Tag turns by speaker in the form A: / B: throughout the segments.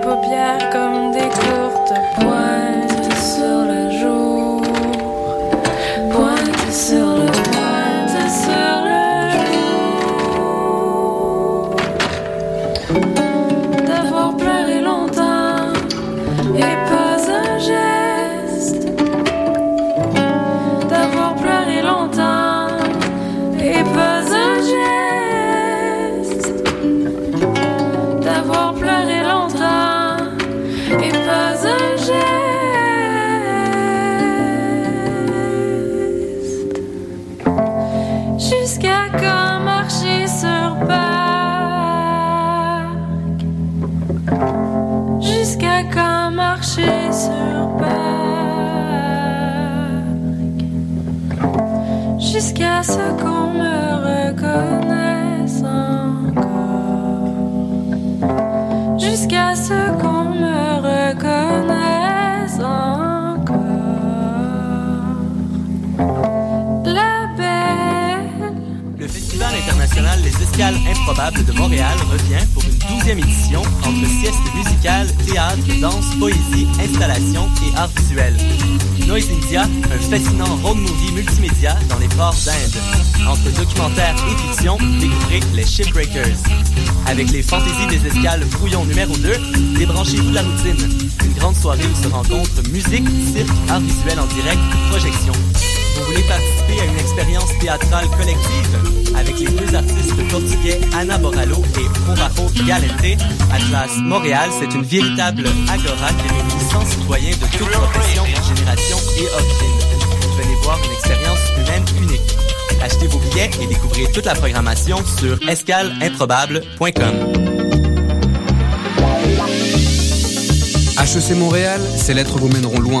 A: claires comme des courtes pointes sur le jour. Pointes sur le pointes sur le jour. D'avoir pleuré longtemps et pas un geste. D'avoir pleuré longtemps et pas un geste. D'avoir pleuré longtemps et pas un geste. Jusqu'à quand marcher sur Pâques? Jusqu'à quand marcher sur Pâques? Jusqu'à ce qu'on me reconnaisse encore. Jusqu'à ce qu'on me reconnaisse encore. La belle.
B: Le Festival international Les Escales Improbables de Montréal revient pour une douzième édition entre siestes musicales, théâtre, danse, poésie, installation et arts visuels. Noise India, un fascinant road movie multimédia dans les ports d'Inde. Entre documentaire et fiction, découvrez les Shipbreakers. Avec les fantaisies des escales brouillon numéro 2, débranchez-vous de la routine. Une grande soirée où se rencontrent musique, cirque, arts visuels en direct, projection. Vous voulez participer à une expérience théâtrale collective avec les deux artistes portugais Ana Boralo et Rorajo Galente. Atlas Montréal, c'est une véritable agora qui réunit 100 citoyens de toutes professions, générations et origines. Venez voir une expérience humaine unique. Achetez vos billets et découvrez toute la programmation sur escaleimprobable.com.
C: HEC E Montréal, ces lettres vous mèneront loin.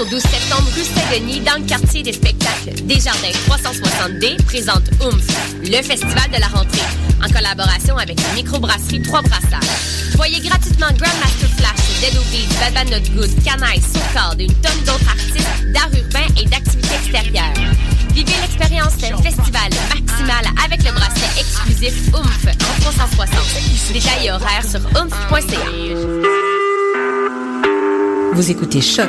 D: au 12 septembre, rue Saint-Denis, dans le quartier des spectacles Desjardins 360D, présente OOMS, le festival de la rentrée, en collaboration avec la microbrasserie Trois Brassards. Voyez gratuitement Grandmaster Flash, Dead O'Beat, Bad Not Good, Canaille, Soukard et une tonne d'autres artistes d'art urbain et d'activités extérieures. Vivez l'expérience d'un festival maximal avec le bracelet exclusif OOMF en 360. Détails et horaires sur oomph.ca.
E: Vous écoutez Choc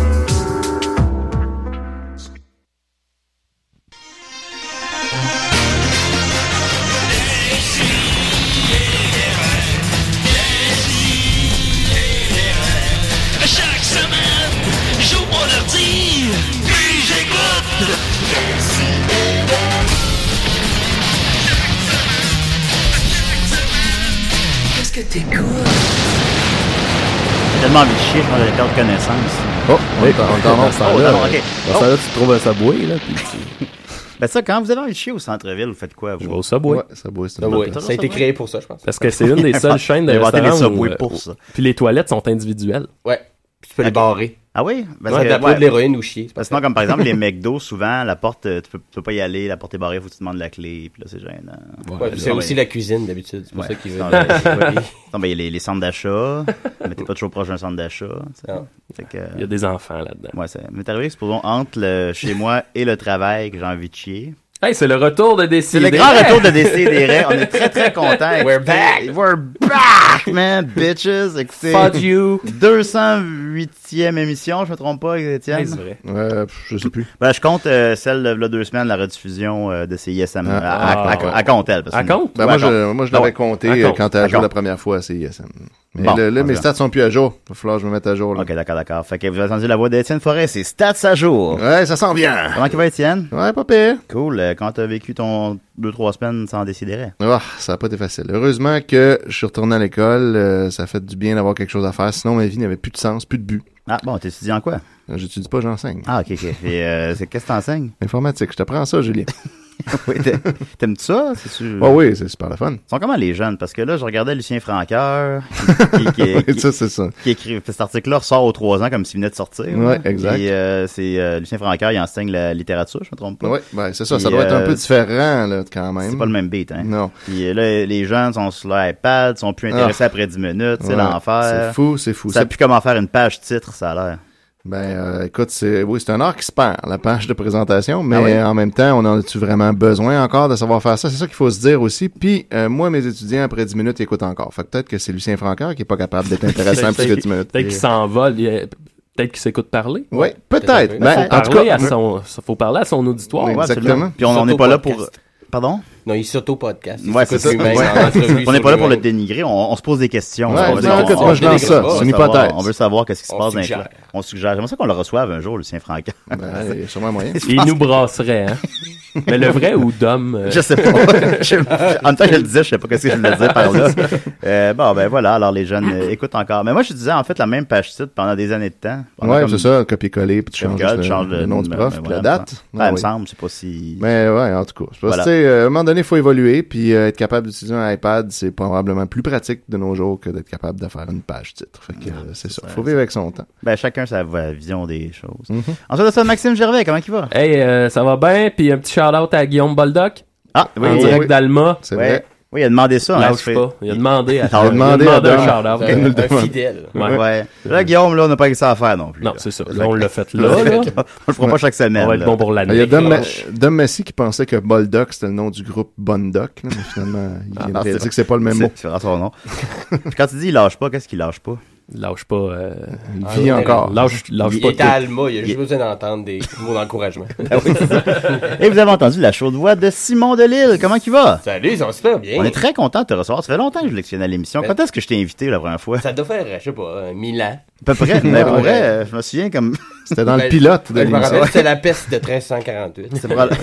F: Chaque semaine, j'ouvre mon ordi, puis j'écoute. Qu'est-ce que t'écoutes?
G: tellement envie de chier, je pense que j'allais perdre connaissance.
H: Oh, oui, encore dans ce temps-là.
G: Oh, non,
H: euh,
G: ok.
H: Dans ce temps-là, tu te trouves un Subway, là, puis tu...
G: Ben ça, quand vous avez envie de chier au centre-ville, vous faites quoi, vous?
I: Je vais au Subway.
H: Ouais, Subway, c'est
I: Ah
H: une bonne
I: ouais.
H: place.
G: Toujours
I: Ça a été
G: Subway?
I: créé
J: pour ça, je pense.
I: Parce que c'est une des seules chaînes de
G: J'ai inventé les
I: restaurants où,
G: Subway
I: euh,
G: pour
I: où-
G: ça.
I: Puis les toilettes sont individuelles.
J: Ouais. Puis tu peux les
G: Ok.
J: barrer.
G: Ah oui? Parce
J: Ouais,
G: que-
J: t'as pas
G: ouais.
J: de l'héroïne ou chier. c'est pas
G: Parce que sinon, comme par exemple, les McDo, souvent, la porte, euh, tu peux, tu peux pas y aller, la porte est barrée, faut que tu demandes la clé, puis là, c'est gênant.
J: Ouais, puis c'est
G: non,
J: aussi
G: mais-
J: la cuisine d'habitude, c'est pour
G: Ouais,
J: ça qu'ils
G: c'est
J: veulent.
G: dans le- Non, ben, il y a les, les centres d'achat, mais t'es pas toujours proche d'un centre d'achat. tu sais.
J: Non.
G: Fait que, euh,
I: Il y a des enfants là-dedans.
G: ouais, ça m'est arrivé, supposons, entre le chez moi et le travail que j'ai envie de chier.
I: Hey, c'est le retour de DC.
G: C'est le grand retour de DC des raies. On est très, très contents.
J: We're back.
G: We're back, man, bitches. Écoutez,
I: Fuck you.
G: 208e émission, je me trompe pas, Étienne.
I: Hey, c'est vrai.
H: Ouais, Euh, pff, je sais plus.
G: Ben, je compte euh, celle de v'là deux semaines, la rediffusion euh, de CISM. À- à,
I: ah,
G: à-
I: ouais.
G: à compte, elle. parce
I: À
G: que-
I: compte?
H: Ben,
G: Ouais,
H: moi,
G: à compte.
H: je, moi, je l'avais
G: Non, Ah ouais.
H: compté
I: à
H: euh,
I: compte,
H: quand
G: à
H: t'as joué
G: compte.
H: la première fois à CISM. Mais
G: Bon,
H: là, là, mes
G: voilà.
H: stats sont plus à jour. Il va falloir que je me mette à jour. Là.
G: Ok, d'accord, d'accord. Fait que vous avez entendu la voix d'Étienne Forêt, c'est Stats à jour.
H: Ouais, ça s'en vient.
G: Comment il va, Étienne?
H: Ouais, pas pire.
G: Cool. Euh, euh, quand t'as vécu ton 2-3 semaines sans décider.
H: Ah, ça n'a pas été facile. Heureusement que je suis retourné à l'école. euh, ça fait du bien d'avoir quelque chose à faire. Sinon, ma vie n'avait plus de sens, plus de but. Euh,
G: Ah, bon, t'étudies en quoi?
H: J'étudie pas, j'enseigne.
G: Ah, ok, ok. Et euh, c'est- qu'est-ce que t'enseignes?
H: Informatique, je t'apprends ça, Julien.
G: Oui, t'a- T'aimes-tu ça? C'est-tu-
H: Ah oui, c'est super le fun.
G: Ils sont comment les jeunes? Parce que là, je regardais Lucien Francoeur. Qui, qui-
H: Oui,
G: qui-
H: ça, c'est ça.
G: qui écrit. Cet article-là ressort aux trois ans comme s'il venait de sortir.
H: Ouais,
G: là.
H: exact.
G: Puis, euh, c'est euh, Lucien Francoeur, il enseigne la littérature, je me trompe pas.
H: Oui, ben, c'est ça.
G: Puis,
H: ça doit être un
G: euh,
H: peu différent, là, quand même.
G: C'est pas le même beat, hein?
H: Non.
G: Puis euh, là, les jeunes sont sur leur iPad, sont plus intéressés après 10 minutes, c'est
H: Ah. Ouais.
G: l'enfer.
H: C'est fou, c'est fou.
G: Ça
H: C'est-
G: plus comment faire une page titre, ça a l'air.
H: Ben, euh, écoute, c'est oui, c'est un art qui se perd, la page de présentation, mais
G: Ah oui?
H: en même temps, on en a-tu vraiment besoin encore de savoir faire ça? C'est ça qu'il faut se dire aussi. Puis, euh, moi, mes étudiants, après 10 minutes, ils écoutent encore. Fait que peut-être que c'est Lucien Francoeur qui est pas capable d'être intéressant plus que 10 minutes.
I: Peut-être qu'il s'envole, il est- peut-être qu'il s'écoute parler.
H: Oui, peut-être. Ben,
I: faut,
H: en tout
I: parler
H: cas,
I: à son, faut parler à son auditoire.
H: Oui, exactement.
G: Puis on on n'est pas là pour. Pardon?
J: Non, il s'auto-podcast. Il
G: Ouais, c'est
J: s'écoute
G: ça.
J: lui-même
G: Ouais.
J: en entrevue
G: on n'est
J: sur
G: pas là pour le
J: lui-même.
G: dénigrer, on, on se pose des questions.
H: Ouais,
G: On se pose des
H: non,
G: questions.
H: écoute, moi, je lance ça.
G: On veut
H: C'est une
G: savoir-
H: hypothèse.
G: On veut savoir qu'est-ce qui se
J: On
G: passe dans les
J: suggère.
G: classes. On suggère. J'aimerais ça qu'on le reçoive un jour, Lucien Franca.
H: ben, il y a sûrement moyen.
I: Il nous brasserait, hein. Mais le vrai ou d'homme. euh,
G: Je sais pas. Je- en même temps, je le disais, je sais pas qu'est-ce que je voulais dire par là. Euh, bon, ben voilà. Alors, les jeunes euh, écoutent encore. Mais moi, je disais, en fait, la même page titre pendant des années de temps. Pendant
H: Ouais,
G: comme-
H: c'est ça, copier-coller, puis tu
G: comme
H: changes
G: God,
H: juste
G: change
H: le, le nom du
G: ben,
H: prof,
G: ben,
H: puis la
G: voilà, me
H: date.
G: semble.
H: Ah
G: Ben, il me
H: oui. Ben.
G: semble, c'est pas si.
H: Mais ouais, en tout cas. C'est parce
G: Voilà.
H: que, tu sais, euh, à un moment donné, il faut évoluer, puis euh, être capable d'utiliser un iPad, c'est probablement plus pratique de nos jours que d'être capable de faire une page titre. Fait que euh, c'est ça. faut vivre avec son temps.
G: Ben, chacun sa va- vision des choses.
H: Mm-hmm.
G: Ensuite de ça, Maxime Gervais, comment il va?
I: Hey, euh, ça va bien? Puis un petit shout-out à Guillaume Boldoc,
G: Ah, oui,
I: en
G: oui,
I: direct
G: oui.
I: d'Alma.
H: C'est
G: Ouais.
H: vrai.
G: Oui, il a demandé ça. hein,
I: Lâche
G: ça fait-
I: pas. Il a demandé à,
G: Il a
H: demandé à
I: un
H: Dom.
I: shout-out.
H: Il nous le
J: Euh, Un
H: demande.
J: fidèle.
I: Ouais.
G: Ouais. Là, Guillaume, là, on n'a pas que ça à faire non plus.
I: Non,
G: là.
I: c'est ça. Là, on l'a fait là. là.
G: on le fera pas chaque semaine.
I: On va être
G: là.
I: bon pour
H: Il y
I: l'année.
H: a Dom, Ma- Dom Messi qui pensait que Boldoc, c'était le nom du groupe Bondoc, là, mais finalement, il vient
G: non,
H: de
G: c'est
H: dire que c'est pas le même
G: C'est-
H: mot.
G: C'est vraiment son nom. Puis quand tu dis il lâche pas, qu'est-ce qu'il lâche pas?
I: Lâche pas. euh,
H: Il
J: Ah,
H: vit
J: ouais.
H: encore.
I: Lâche,
G: Ah,
I: lâche
J: Il
I: pas.
J: est
I: tout.
J: à Alma, il a juste besoin d'entendre des mots d'encouragement.
G: Et vous avez entendu la chaude voix de Simon Delille. Comment il va?
J: Salut, ça va super bien.
G: On est très content de te recevoir. Ça fait longtemps que je lectionne à
I: Ben.
G: l'émission. Quand est-ce que je t'ai invité la première fois?
J: Ça doit faire, je sais pas, euh, mille ans.
G: À peu près. Mais pour
J: Ouais.
G: vrai, euh, je me souviens comme.
H: C'était dans le
J: Ben,
H: pilote de
J: Je me rappelle,
H: l'émission.
J: c'était la peste de 1348.
G: C'est probable-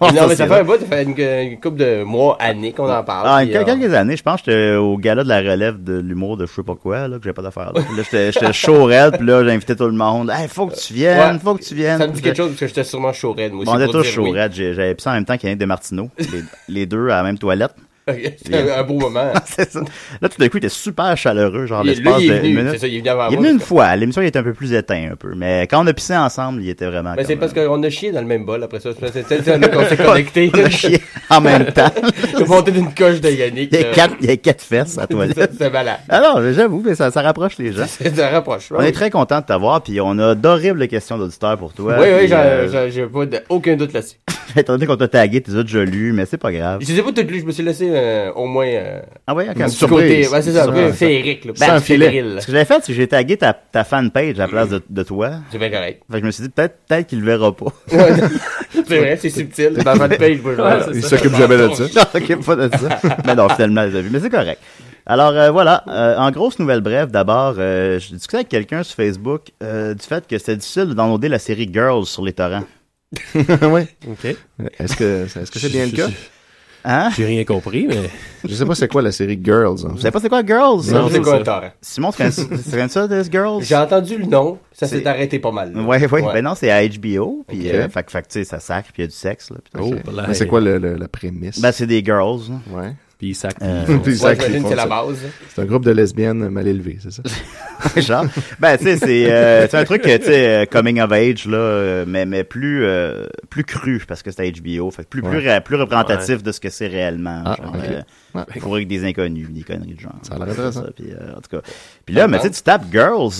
J: non, mais ça fait
G: vrai.
J: un bout, ça fait une, une couple de mois, années qu'on en parle.
G: Ah,
J: puis,
G: quel-
J: euh,
G: quelques années, je pense que j'étais au gala de la relève de l'humour de je sais pas quoi, là, que j'avais pas d'affaires. Là, Puis là j'étais- j'étais chaud raide, puis là, j'invitais tout le monde. Hey, faut que tu viennes,
J: ouais.
G: faut que tu viennes.
J: Ça me dit quelque chose parce que j'étais sûrement chaud raide, moi aussi.
G: Bon, on était
J: pour
G: tous
J: dire
G: chaud
J: oui.
G: raide. J'ai- J'avais pissé en même temps qu'Yannick Desmartineaux. Les, les deux à la même toilette.
J: C'était un beau moment.
G: C'est ça. Là, tout d'un coup, il était super chaleureux, genre
J: Il-
G: l'espace
J: lui, il est
G: de une
J: venu,
G: minute.
J: c'est ça, il est venu avant
G: Il est
J: moi,
G: venu une
J: parce que-
G: fois. À L'émission, il était un peu plus éteint, un peu. Mais quand on a pissé ensemble, il était vraiment.
J: Mais Ben, c'est
G: comme,
J: parce
G: euh,
J: qu'on a chié dans le même bol après ça. C'est- C'est c'est- c'est là qu'on s'est connectés.
G: on a chié en même temps.
J: J'ai monté d'une coche de Yannick.
G: Il y a
J: euh,
G: quatre, il y a quatre fesses à la toilette.
J: C'est malade.
G: Alors, j'avoue, mais ça, ça rapproche les gens.
J: C'est un rapprochement.
G: On est très content de t'avoir, puis on a d'horribles questions d'auditeurs pour toi.
J: Oui, oui,
G: puis,
J: j'en-
G: euh,
J: j'en- j'ai pas de- aucun doute là-dessus.
G: Étant donné qu'on t'a tagué, tes autres, je lu, mais c'est pas grave.
J: Je sais pas tout lu, je me suis laissé euh, au moins euh,
G: Ah ouais,
J: un
G: quand
J: petit
H: surprise.
J: côté. Ouais, c'est ça, un peu
H: Ouais.
J: féerique. là,
H: Sans
J: petit
H: filet.
J: fébrile.
G: Ce que j'avais fait, c'est que j'ai tagué ta, ta fanpage à la place de, de toi.
J: C'est bien correct.
G: Fait que je me suis dit, peut-être peut qu'il le verra pas.
J: C'est vrai, c'est subtil. Dans votre page, moi, je vois.
H: Il s'occupe jamais de ça.
G: Non, ok, pas de ça. mais non, finalement, elle les a vus. Mais c'est correct. Alors euh, voilà, Euh, en grosse nouvelle brève, d'abord, euh, je discutais avec quelqu'un sur Facebook euh, du fait que c'était difficile de downloader la série Girls sur les torrents.
H: Ouais.
I: Ok.
H: Est-ce que est-ce que c'est bien le cas?
G: Hein?
I: J'ai rien compris, mais.
H: Je sais pas c'est quoi la série Girls. en
G: Vous
H: fait.
G: savez pas c'est quoi Girls?
J: Non, c'est
I: c'est
J: quoi un
I: ça.
J: torrent?
G: Simon, tu connais, tu connais ça, This Girls?
J: J'ai entendu le nom, ça
G: C'est-
J: s'est arrêté pas mal. là.
G: Ouais, ouais, ben non, c'est à HBO, puis
J: Ok.
G: euh, fait, que- fait que, tu sais, ça sacre, puis il y a du sexe, là. puis tout.
I: Oh,
H: Ok.
I: là,
H: Mais c'est
I: hey.
H: quoi le- le- la prémisse?
G: Ben, c'est des girls, là.
H: Ouais.
I: Puis il sac.
G: Euh,
H: Puis ils sacrent, ils
J: Ouais,
H: font
J: j'imagine que c'est la
H: ça.
J: base.
H: C'est un groupe de lesbiennes mal élevées, c'est ça?
G: genre. Ben, tu sais, c'est euh, c'est un truc, euh, tu sais, euh, coming of age, là, euh, mais, mais plus, euh, plus cru, parce que c'est HBO. Fait que plus, plus, ré- plus représentatif de ce que c'est réellement.
H: Ah,
G: genre,
H: ok.
G: euh,
H: Ouais.
G: courir avec des inconnus, des conneries de genre.
H: Ça a l'air intéressant.
G: Ça, Puis, euh, en tout cas. Puis là, mais tu sais, tu tapes girls,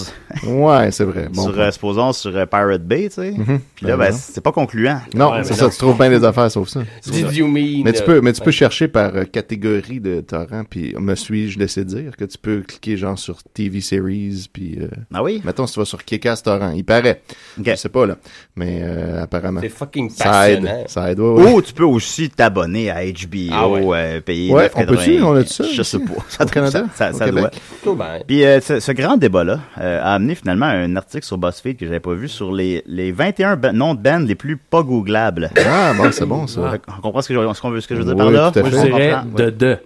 H: Ouais, c'est vrai. Bon,
G: sur, euh, supposons, sur euh, Pirate Bay, tu sais. Puis là,
H: Ben,
G: ben,
H: non.
G: c'est pas concluant.
H: Non,
I: Ouais,
H: c'est
I: mais
H: ça, tu trouves bien des affaires sauf ça.
J: Did you mean?
H: Mais tu
J: euh,
H: peux, mais tu peux chercher par euh, catégorie de torrent, puis me suis-je laissé dire que tu peux cliquer genre sur TV series, puis euh,
G: Ah oui?
H: mettons si tu vas sur Kick-Ass torrent, il paraît.
G: Ok.
H: Je sais pas là, mais euh, apparemment
J: C'est fucking
H: ça
J: passionnant.
H: aide, ça aide. Ouais, ouais.
G: Ou tu peux aussi t'abonner à HBO,
J: Ah ouais.
G: euh, payer
H: Ouais,
G: neuf
H: On peut-tu? On a-tu ça
G: Je
H: ici?
G: sais pas. Ça,
H: Au Canada?
G: ça- ça-
H: Au
G: ça
H: Québec?
G: doit.
J: ben.
G: Puis euh, ce, ce grand débat-là euh, a amené finalement à un article sur BuzzFeed que j'avais pas vu sur les, les 21 ba- noms de bands les plus pas googlables.
H: Ah, bon, c'est bon, ça.
G: Fait qu'on- On comprend ce que je, ce qu'on veut- ce que je veux dire
H: Oui,
G: par là?
H: tout à
G: On
H: fait.
G: comprend,
H: Je dirais
G: ouais.
H: de
I: deux.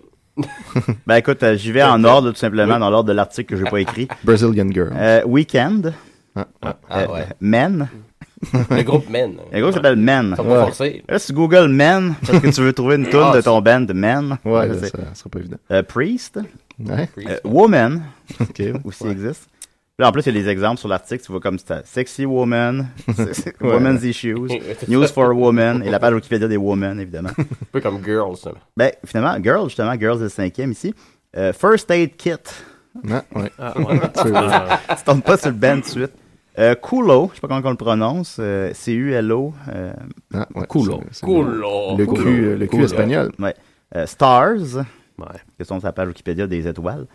G: ben écoute, euh, j'y vais en ordre, tout simplement, dans l'ordre de l'article que j'ai pas écrit.
H: Brazilian Girl.
G: Euh, Weekend.
J: Ah,
G: Euh,
J: ouais.
G: Men.
J: Le groupe Men.
G: Le groupe s'appelle Men.
J: Ça va forcer.
G: Là, si tu googles Men, parce que tu veux trouver une tune
J: Ah,
G: de ton band Men.
H: Ouais,
G: je
H: là,
G: sais.
H: ça ça sera pas évident.
G: Euh, Priest.
H: Ouais.
G: Euh, woman.
H: OK.
G: aussi existe. Puis Là, en plus, il y a des exemples sur l'article, tu vois comme ça. Sexy Woman, c'est- c'est-
H: Ouais.
G: Women's Issues, News for Women, et la page Wikipédia des Women, évidemment.
J: Un peu comme Girls. ça.
G: Ben, finalement, Girls, justement, Girls est le cinquième ici. Euh, First Aid Kit,
H: Non, ouais.
I: ouais.
H: Tu veux-
G: tu tombes pas sur le band tout de suite. Euh, Kulo, je sais pas comment on le prononce, euh, C-U-L-O, euh,
H: Ah, ouais,
I: Culo.
H: c'est- c'est
J: Culo.
H: Le cul, euh, le cul
I: Culo.
H: espagnol.
G: ouais. Euh, Stars,
I: Ouais.
G: qui sont sur la page Wikipédia des étoiles.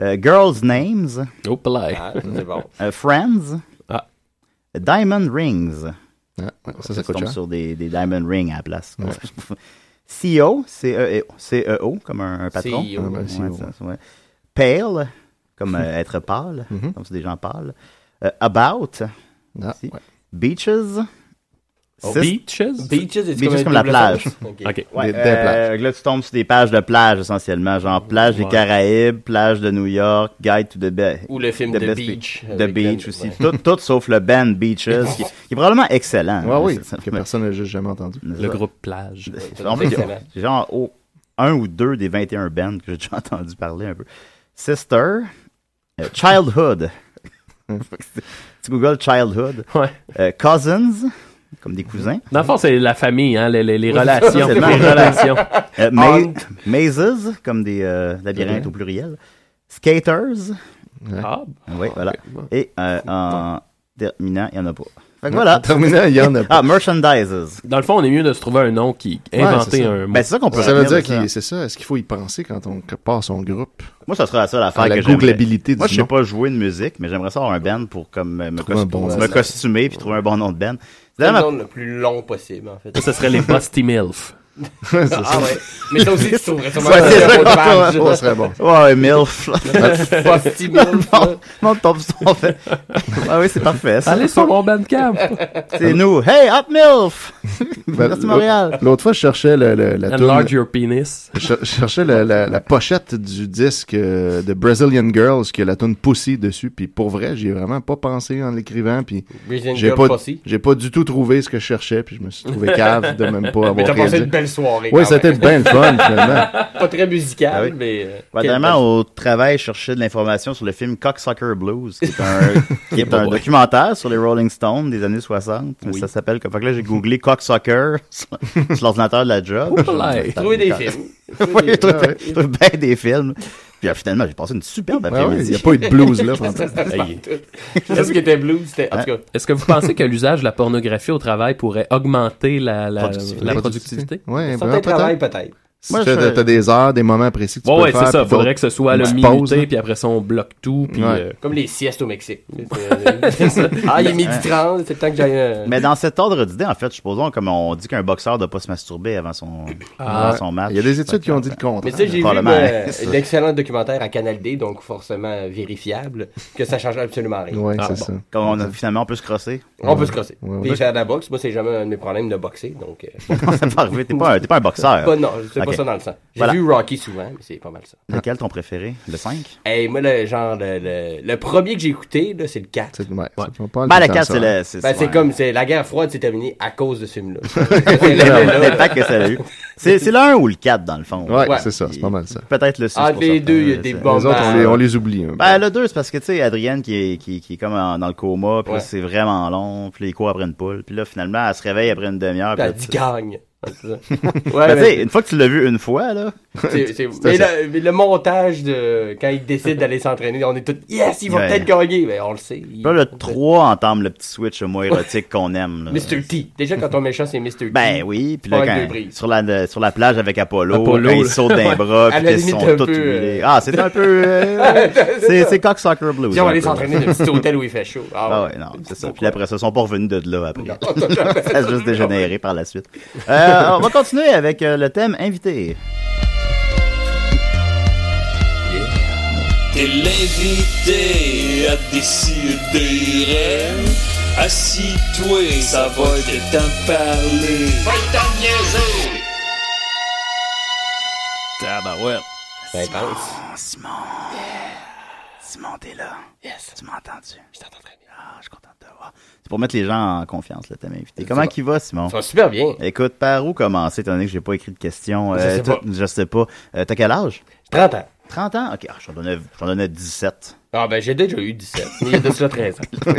G: Euh, Girls Names,
I: Nope, là.
J: Ah, c'est bon.
G: euh, Friends,
I: Ah.
G: Diamond Rings.
H: Ah, ouais, ça, ça
G: Ça
H: coûte
G: tombe
H: cher.
G: sur des, des diamond rings à la place. E CEO, C-E-O, C-E-O, E comme un, un patron.
J: CEO.
H: Ah, ben,
G: Ouais,
H: CEO.
G: ça, ouais. Pale, comme euh, être pâle,
H: Mm-hmm.
G: comme c'est des gens pâles. Euh, about,
H: Ah,
G: si.
H: ouais.
G: Beaches. Sis-
I: Beaches?
J: Beaches, c'est
G: Beaches comme la plage.
I: OK.
G: Ouais,
H: Oh, Des- des plages.
G: euh, Là, tu tombes sur des pages de plage essentiellement, genre plage des
I: Ouais.
G: Caraïbes, plage de New York, Guide to the Bay.
J: Ou le film
G: The
J: The
G: Best
J: Beach.
G: The
J: avec
G: Beach
J: Ben-
G: aussi.
J: ouais.
G: Tout, tout sauf le band Beaches, qui, qui est probablement excellent.
H: Ouais, Ah oui,
G: C'est-
H: que personne n'a juste jamais entendu.
I: Le groupe plage.
G: En fait,
J: Excellent.
G: j'ai genre au- un ou deux des 21 bands que j'ai déjà entendu parler un peu. Sister, euh, Childhood. tu googles Childhood.
I: Ouais.
G: Euh, cousins, comme des
H: Mhm.
G: cousins.
I: Dans le fond, c'est la famille, hein, les, les- les relations.
G: c'est
I: Les
G: ça.
I: relations.
G: Euh, ma- mazes, comme des euh, labyrinthes au pluriel. Skaters.
I: Ah,
G: Oui, voilà. Et euh, en terminant, il n'y en a pas. Fait que
H: En
G: voilà.
H: terminant, il y en a pas.
G: Ah, merchandises.
I: dans le fond, on est mieux de se trouver un nom qui
H: Ouais, c'est
I: inventer
H: ça.
I: un mot.
G: Ben, c'est ça qu'on peut
H: Ça veut
G: retenir
H: dire
G: de ça.
H: que c'est ça. Est-ce qu'il faut y penser quand on part son groupe
G: Moi, ça sera la seule affaire
H: À Ah, la
G: que j'aimerais.
H: googlabilité du
G: Moi, je sais
H: nom.
G: pas jouer de musique, mais j'aimerais ça avoir un band pour comme euh, me,
H: Trouver un
G: cos-
H: bon
G: me
H: nom.
G: costumer puis trouver un bon nom de band. C'est dans
J: C'est le
G: ma-
J: nom le plus long possible, en fait.
I: Ça, ce serait les Busty Milf.
H: C'est ça.
J: Ah ouais. Mais ça aussi, tu trouverais sûrement
G: Ouais, c'est
J: sur
G: ça,
J: autre
G: ouais,
J: page.
H: Ça serait bon.
G: Ouais, MILF. là.
J: Posty Milf, là.
G: non, non, top en fait. Ah oui, c'est parfait. ça.
I: Allez sur mon bandcamp.
G: C'est nous. Hey, Hop MILF!
H: Ben,
G: Merci Montréal.
H: L'autre fois, je cherchais le- le- la toune-
I: Enlarge your penis.
H: Je je cherchais la, la- la pochette du disque euh, de Brazilian Girls qui a la tune Pussy dessus, puis pour vrai, j'y ai vraiment pas pensé en l'écrivant, puis
J: Brazilian
H: j'ai
J: Girl
H: pas,
J: Posse.
H: j'ai pas du tout trouvé ce que je cherchais, puis je me suis trouvé cave de même pas
J: Mais
H: avoir
J: t'as passé
H: réalisé.
J: une belle soirée.
H: Oui,
J: quand
H: c'était
J: même.
H: bien le fun, finalement.
J: Pas très musical,
G: Ah oui.
J: mais. euh,
G: Ouais,
J: quelle
G: dernièrement, au travail, je cherchais de l'information sur le film Cocksucker Blues, qui est un, qui est un documentaire sur les Rolling Stones des années 60. Mais ça s'appelle comme. Fait que là, j'ai googlé Cocksucker sur, sur l'ordinateur de la job.
I: Oulai.
J: Trouver des films.
G: Oui, je trouve, je trouve bien des films. Puis euh, finalement, j'ai passé une superbe
H: Ouais, ouais, Il
G: après-midi.
H: n'y a pas eu de blues, là. pendant-
I: Hey.
J: C'est ce qui était blue, c'était. En tout cas,
I: Est-ce que vous pensez que l'usage de la pornographie au travail pourrait augmenter la, la-
G: Productivité.
I: la productivité?
H: Ouais,
J: certains
H: vraiment,
J: travail
H: peut-être.
J: peut-être.
H: Si
G: Moi,
H: t'as,
G: je-
H: t'as des heures, des moments précis que tu
I: Ouais,
H: peux
I: ouais,
H: faire.
I: c'est ça.
H: puis
I: Faudrait
H: d'autres-
I: que ce soit le
H: une petite pause,
I: minuté,
H: là.
I: puis après ça, on bloque tout, puis...
H: Ouais.
I: euh,
J: Comme les siestes au Mexique. ah, il est midi 30, c'est le temps que j'aille. euh,
G: Mais dans cet ordre d'idée, en fait, supposons, comme on dit qu'un boxeur ne doit pas se masturber avant son,
J: Ah.
G: avant son match. ben,
H: Il y a des études qui ont dit le
J: Mais
H: contraire.
J: tu sais, j'ai vu
G: Probablement,
J: euh,
G: hein, ça.
J: d'excellents documentaires à Canal D, donc forcément vérifiables, que ça change absolument rien.
H: Ouais,
I: Ah,
H: c'est
I: bon.
H: ça.
G: Quand on a, finalement, on peut se crosser.
J: On peut se crosser.
H: Ouais, ouais.
J: Puis faire de la boxe, moi, c'est jamais un de mes problèmes de boxer, donc. euh,
G: ça peut arriver. T'es pas, un- t'es pas un boxeur.
J: pas, non, c'est
G: Ok.
J: pas ça dans le sang. J'ai
G: Voilà.
J: vu Rocky souvent, mais c'est pas mal ça.
G: Lequel ton préféré Le 5
J: Hey, moi, le genre, le, le, le premier que j'ai écouté, là, c'est le 4.
H: C'est, ouais, ça, on parle
G: Ben,
H: tout
G: le
H: temps
G: 4,
H: ça.
G: c'est le. C'est
J: Ben, c'est
G: ouais.
J: comme, c'est, la guerre froide s'est terminée à cause de ce film-là.
G: L'impact que ça a eu. C'est c'est le 1 ou le 4, dans le fond.
H: Ouais,
J: Ouais.
H: c'est ça. C'est pas mal ça.
G: Peut-être le 6.
J: Entre les deux, il y a des bons
H: les autres, on
J: moments.
H: les, on les oublie. un peu.
G: Ben, le 2, c'est parce que, tu sais, Adrienne qui est, qui, qui est comme en- dans le coma, puis là,
J: Ouais.
G: c'est vraiment long, puis les cours après une poule, puis là, finalement, elle se réveille après une demi-heure. puis
J: T'as
G: là,
J: Ben, dit
G: tu-
J: gagne. Ouais,
G: Ben, tu
J: mais-
G: sais, une fois que tu l'as vu une fois, là,
J: C'est- c'est- mais, le, mais le montage de quand il décide d'aller s'entraîner, on est tous Yes, il va
G: Ouais.
J: peut-être gagner. Mais on le sait. il-
G: Puis Là, le 3 entame le petit switch homo érotique qu'on aime. Là.
J: Mr. T. Déjà, quand on méchant, c'est Mr. T.
G: Ben oui, puis là,
J: Pas avec
G: quand-
J: deux prises.
G: sur, la, de- sur la plage avec Apollo,
I: Apollo,
G: quand ils
I: là.
G: sautent d'un bras,
J: À
G: puis
J: la
G: qu'ils
J: limite,
G: sont
J: un
G: tous
J: peu, euh,
G: huilés. Ah, c'est un peu... euh, c'est c'est cocksucker blues.
J: Viens, on va
G: un
J: aller
G: peu.
J: s'entraîner dans le petit hôtel où il fait chaud.
G: Ah
J: Ah
G: ouais, non, c'est ça. Puis après ça, ils sont pas revenus de là après.
J: ouais.
G: Ça a juste dégénéré par la suite. Euh, on va continuer avec euh, le thème invité.
K: Et l'invité a décidé Assis-toi, ça va être temps de parler Va être temps de niaiser
G: Tabarouette.
K: Ben,
G: Simon,
J: Ah,
K: pense.
G: Simon. Simon, t'es là. Yes. Tu m'as entendu? Je t'entends très bien. Ah, je suis content de te voir. C'est pour mettre les gens en confiance, là, t'as invité. Comment
J: va.
G: qu'il va, Simon?
J: Ça va super bien.
G: Écoute, par où commencer, étant donné que j'ai pas écrit de questions?
J: Je
G: euh,
J: sais
G: tout-
J: pas.
G: Je sais pas. Euh, T'as quel âge?
J: 30 ans.
G: 30 ans? Ok, ah, je t'en donnais, je t'en donnais 17.
J: Ah, ben, j'ai déjà eu 17. mais Il y a de cela 13 ans.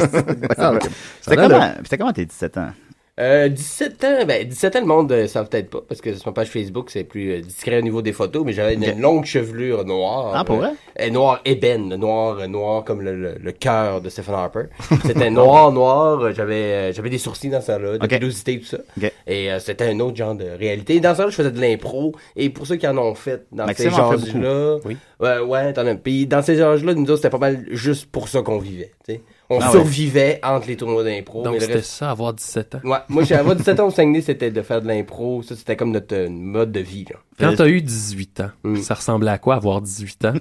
G: Ah, ok. C'était comment, c'était comment tes 17 ans?
J: Euh, 17 ans, ben 17 ans, le monde ne savent peut-être pas, parce que sur ma page Facebook, c'est plus euh, discret au niveau des photos, mais j'avais une
G: Ok.
J: longue chevelure noire.
G: Ah, pour vrai?
J: Euh, noire ébène, noire, euh, noire comme le, le- le cœur de Stephen Harper. C'était noir, noir, euh, j'avais euh, j'avais des sourcils dans ça là, de
G: Ok.
J: pilosité et tout ça.
G: Ok.
J: Et euh, c'était un autre genre de réalité. Dans ça là, je faisais de l'impro, et pour ceux qui en ont fait dans
G: Ben, Maxime
J: ces
G: en fait
J: genres-là... Ouais, ouais, t'en as... Puis dans ces genres-là, nous autres, c'était pas mal juste pour ça qu'on vivait, tu sais. On
I: Ah ouais.
J: survivait entre les tournois d'impro. mais
I: Donc
J: le
I: c'était
J: reste-
I: ça, avoir 17 ans.
J: Ouais, moi j'avais 17 ans au Saguenay, c'était de faire de l'impro, ça c'était comme notre euh, mode de vie.
I: Quand t'as eu 18 ans, ça ressemblait à quoi avoir 18 ans?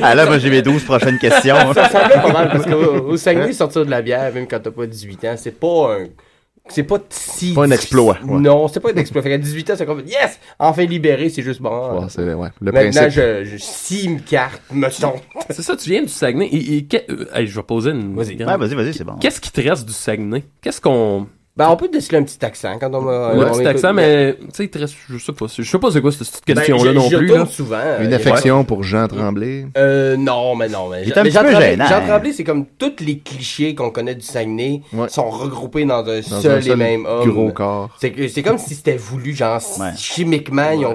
G: Ah là, moi j'ai mes 12 prochaines questions. hein.
J: Ça ressemblait pas mal parce qu'au au Saguenay sortir de la bière même quand t'as pas 18 ans, c'est pas un c'est pas si
H: Pas un exploit, ouais.
J: Non, c'est pas un exploit. Fait qu'à 18 ans, c'est comme yes, enfin libéré, c'est juste bon.
H: Ouais, c'est- ouais, le
J: Maintenant
H: principe.
J: je, je scie une carte, me tombe.
I: C'est ça, tu viens du Saguenay. Et, et que- euh, hey, je vais poser une. Vas-y,
G: Ouais, vas-y, vas-y, c'est bon.
I: Qu'est-ce qui te reste du Saguenay? Qu'est-ce qu'on.
J: Ben, on peut déceler un petit accent quand on m'a.
I: Le
J: on
I: petit
J: écoute-
I: accent, mais tu sais, il te reste. Je sais pas. Je sais pas c'est quoi cette cette
J: Ben,
I: question-là
J: je-
I: non
J: je
I: plus.
J: tourne
I: là.
J: souvent, euh,
H: Une
J: il y a-
H: affection pour Jean Tremblay.
J: Euh, non, mais non, mais.
H: Il est un
J: mais
H: petit peu
J: Tremblay-
H: gênant,
J: Jean
H: hein.
J: Tremblay, c'est comme tous les clichés qu'on connaît du Saguenay sont regroupés dans un
H: Dans
J: seul
H: un
J: et
H: seul
J: même homme.
H: gros corps.
J: C'est que- c'est comme si c'était voulu, genre, chimiquement, ils ont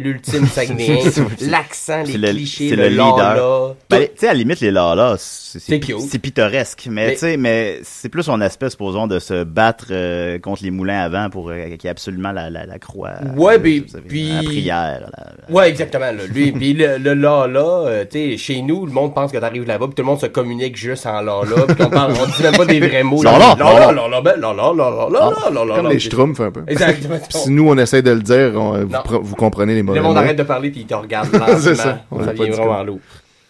J: l'ultime Saguenayien, l'accent, les
G: C'est le-
J: clichés,
G: c'est
J: le, lala.
G: Ben, tu sais, à la limite, les là c'est c'est-
J: cute.
G: c'est pittoresque. Mais,
J: Mais-
G: tu sais, mais c'est plus son aspect, supposons, de se battre euh, contre les moulins avant pour euh, qu'il y ait absolument la, la, la croix.
J: Ouais,
G: euh,
J: puis-
G: vous savez,
J: puis-
G: La prière. la-
J: Ouais, exactement. Là. Lui, puis le, le la la, euh, tu sais, chez nous, le monde pense que t'arrives là-bas, puis tout le monde se communique juste en la la, puis on parle, on dit même pas des vrais mots.
H: La
J: là,
H: la,
J: la
H: la
J: la, la ben, la la, la la, la la, la la,
H: Ah, Comme
J: la.
H: les schtroumpfs un peu.
J: Exactement.
H: Puis si nous, on essaie de le dire, on- vous,
J: Non.
H: pre- vous comprenez les mauvais
J: Le monde
H: mots.
J: arrête de parler, puis il te regarde
H: C'est
J: lentement.
H: ça.
J: ça.
H: On l'a pas
J: vient
H: dit
J: vraiment
H: comme-
J: lourd.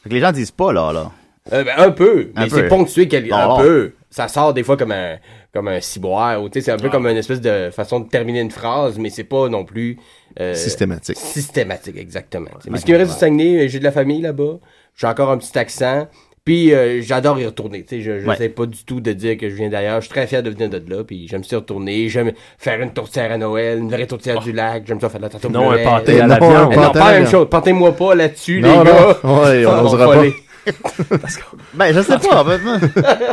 G: Fait que les gens disent pas là là.
J: Euh, ben, un peu, mais
G: Un
J: c'est
G: peu.
J: ponctué quel...
G: Bon.
H: Oh.
J: un peu. Ça sort des fois comme un comme un ciboire ou tu sais
H: Ah.
J: c'est un peu comme une espèce de façon de terminer une phrase mais c'est pas non plus euh,
H: Systématique.
J: Systématique exactement. tu sais. Mais ce qui me reste du Saguenay, euh, j'ai de la famille là-bas, j'ai encore un petit accent, puis euh, j'adore y retourner, tu sais je je
G: Ouais.
J: sais pas du tout de dire que je viens d'ailleurs, je suis très fier de venir de là puis j'aime ça y retourner, j'aime faire une tourtière à Noël, une vraie tourtière
H: Ah.
J: du lac, j'aime ça faire de la tarte aux
I: Non, un
J: bleuets.
I: pâté à
J: Eh
I: la
J: non,
I: viande.
J: eh non,
I: Pâté à la
J: pas la même
I: viande.
J: chose, partez-moi pas là-dessus
I: Non,
J: les gars.
I: non, ouais, on
J: Ça, va
I: osera pas.
J: voler.
G: Ben, je sais pas. en fait, moi-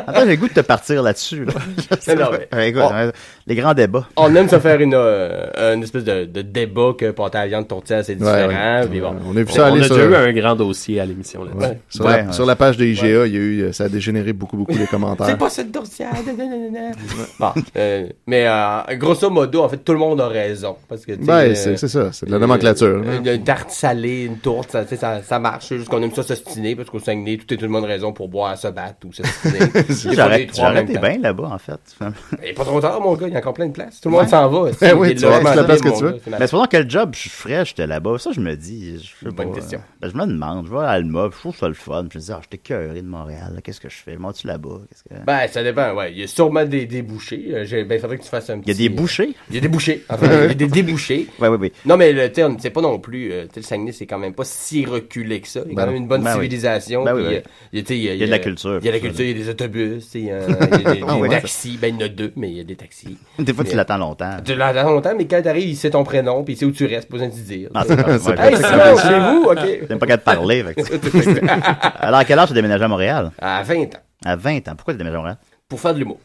G: Attends, j'ai le goût de te partir là-dessus. là. Je sais
J: Non,
G: pas.
J: mais-
G: Ouais, écoute,
J: Oh.
G: ouais, Les grands débats.
J: On aime se faire une, euh, une espèce de, de débat que pâté à la viande, tourtière, c'est différent.
H: ouais.
J: puis bon.
H: On a vu ça
I: on
H: aller
I: a
H: sur-
I: déjà eu un grand dossier à l'émission là-dessus.
J: Ouais.
H: Sur, la, sur la page de IGA, il y a eu, ça a dégénéré beaucoup, beaucoup les
J: C'est
H: commentaires.
J: pas cette tourtière. da, da, da, da, da. Bon, euh, mais euh, grosso modo, en fait, tout le monde a raison. Parce que, tu sais,
H: Ben,
J: euh,
H: c'est c'est ça, c'est de la nomenclature.
J: Une, une tarte salée, une tourte, ça, tu sais, ça, ça marche. C'est juste qu'on aime ça s'ostiner, parce qu'au Saguenay, tout est tout le monde raison pour boire, se battre ou s'ostiner. Des fois, les
G: J'arrête
J: trois en
G: j'arrête
J: même temps.
G: bien là-bas, en fait. finalement.
J: Il est pas trop tard, mon gars, il y a encore plein de places. Tout le monde s'en va.
G: Eh
J: c'est-
G: oui,
J: il
G: tu
J: est là,
G: vas, tu
J: manger,
G: la place que
J: mon
G: tu
J: gars,
G: veux.
J: c'est marrant.
G: Mais pendant quel job je ferais, j'étais là-bas. Ça, je me dis. Je sais
J: Bonne
G: pas,
J: question.
G: euh, ben, je me demande. Je vais à Alma. Je trouve ça le fun. Je me dis, ah, j'étais cœuré de Montréal. là, Qu'est-ce que je fais? Je monte-tu là-bas? Qu'est-ce que-
J: Ben, ça dépend, ouais. Il y a sûrement des débouchés. Euh, j'ai- Ben, il faudrait que tu fasses un petit... euh,
G: Il y a des bouchées?
J: Il y a des bouchées. Enfin, il y a des débouchés.
G: Ouais, ouais, ouais.
J: Non, mais le terme, c'est pas non plus. euh, tu sais, le Saguenay, c'est quand même pas si reculé que ça. Il y
G: Ben
J: a quand même
G: non.
J: une bonne
G: Ben oui.
J: civilisation.
G: Ben oui,
J: puis,
G: oui.
J: euh, il y a- tu sais, il y a-
G: Il y a de la culture,
J: Il y a de la
G: tout ça,
J: culture, il y a des autobus, tu sais, euh, il y a des,
G: Ah
J: des
G: ouais.
J: taxis. Ben, il y en a deux, mais il y a des taxis.
G: Des fois, tu
J: Mais-
G: l'attends longtemps.
J: Tu l'attends longtemps, mais quand t'arrives, il sait ton prénom, puis il sait où tu restes, pas besoin de te dire.
G: Ah, c'est pas-
J: Hey,
G: ouais, ouais,
J: Simon,
G: c'est ça.
J: chez vous, ok.
G: T'aimes pas qu'à te parler. fait que- Alors, à quel âge tu as déménagé à Montréal?
J: À 20 ans,
G: À 20 ans. Pourquoi tu déménagé à Montréal?
J: pour faire de l'humour.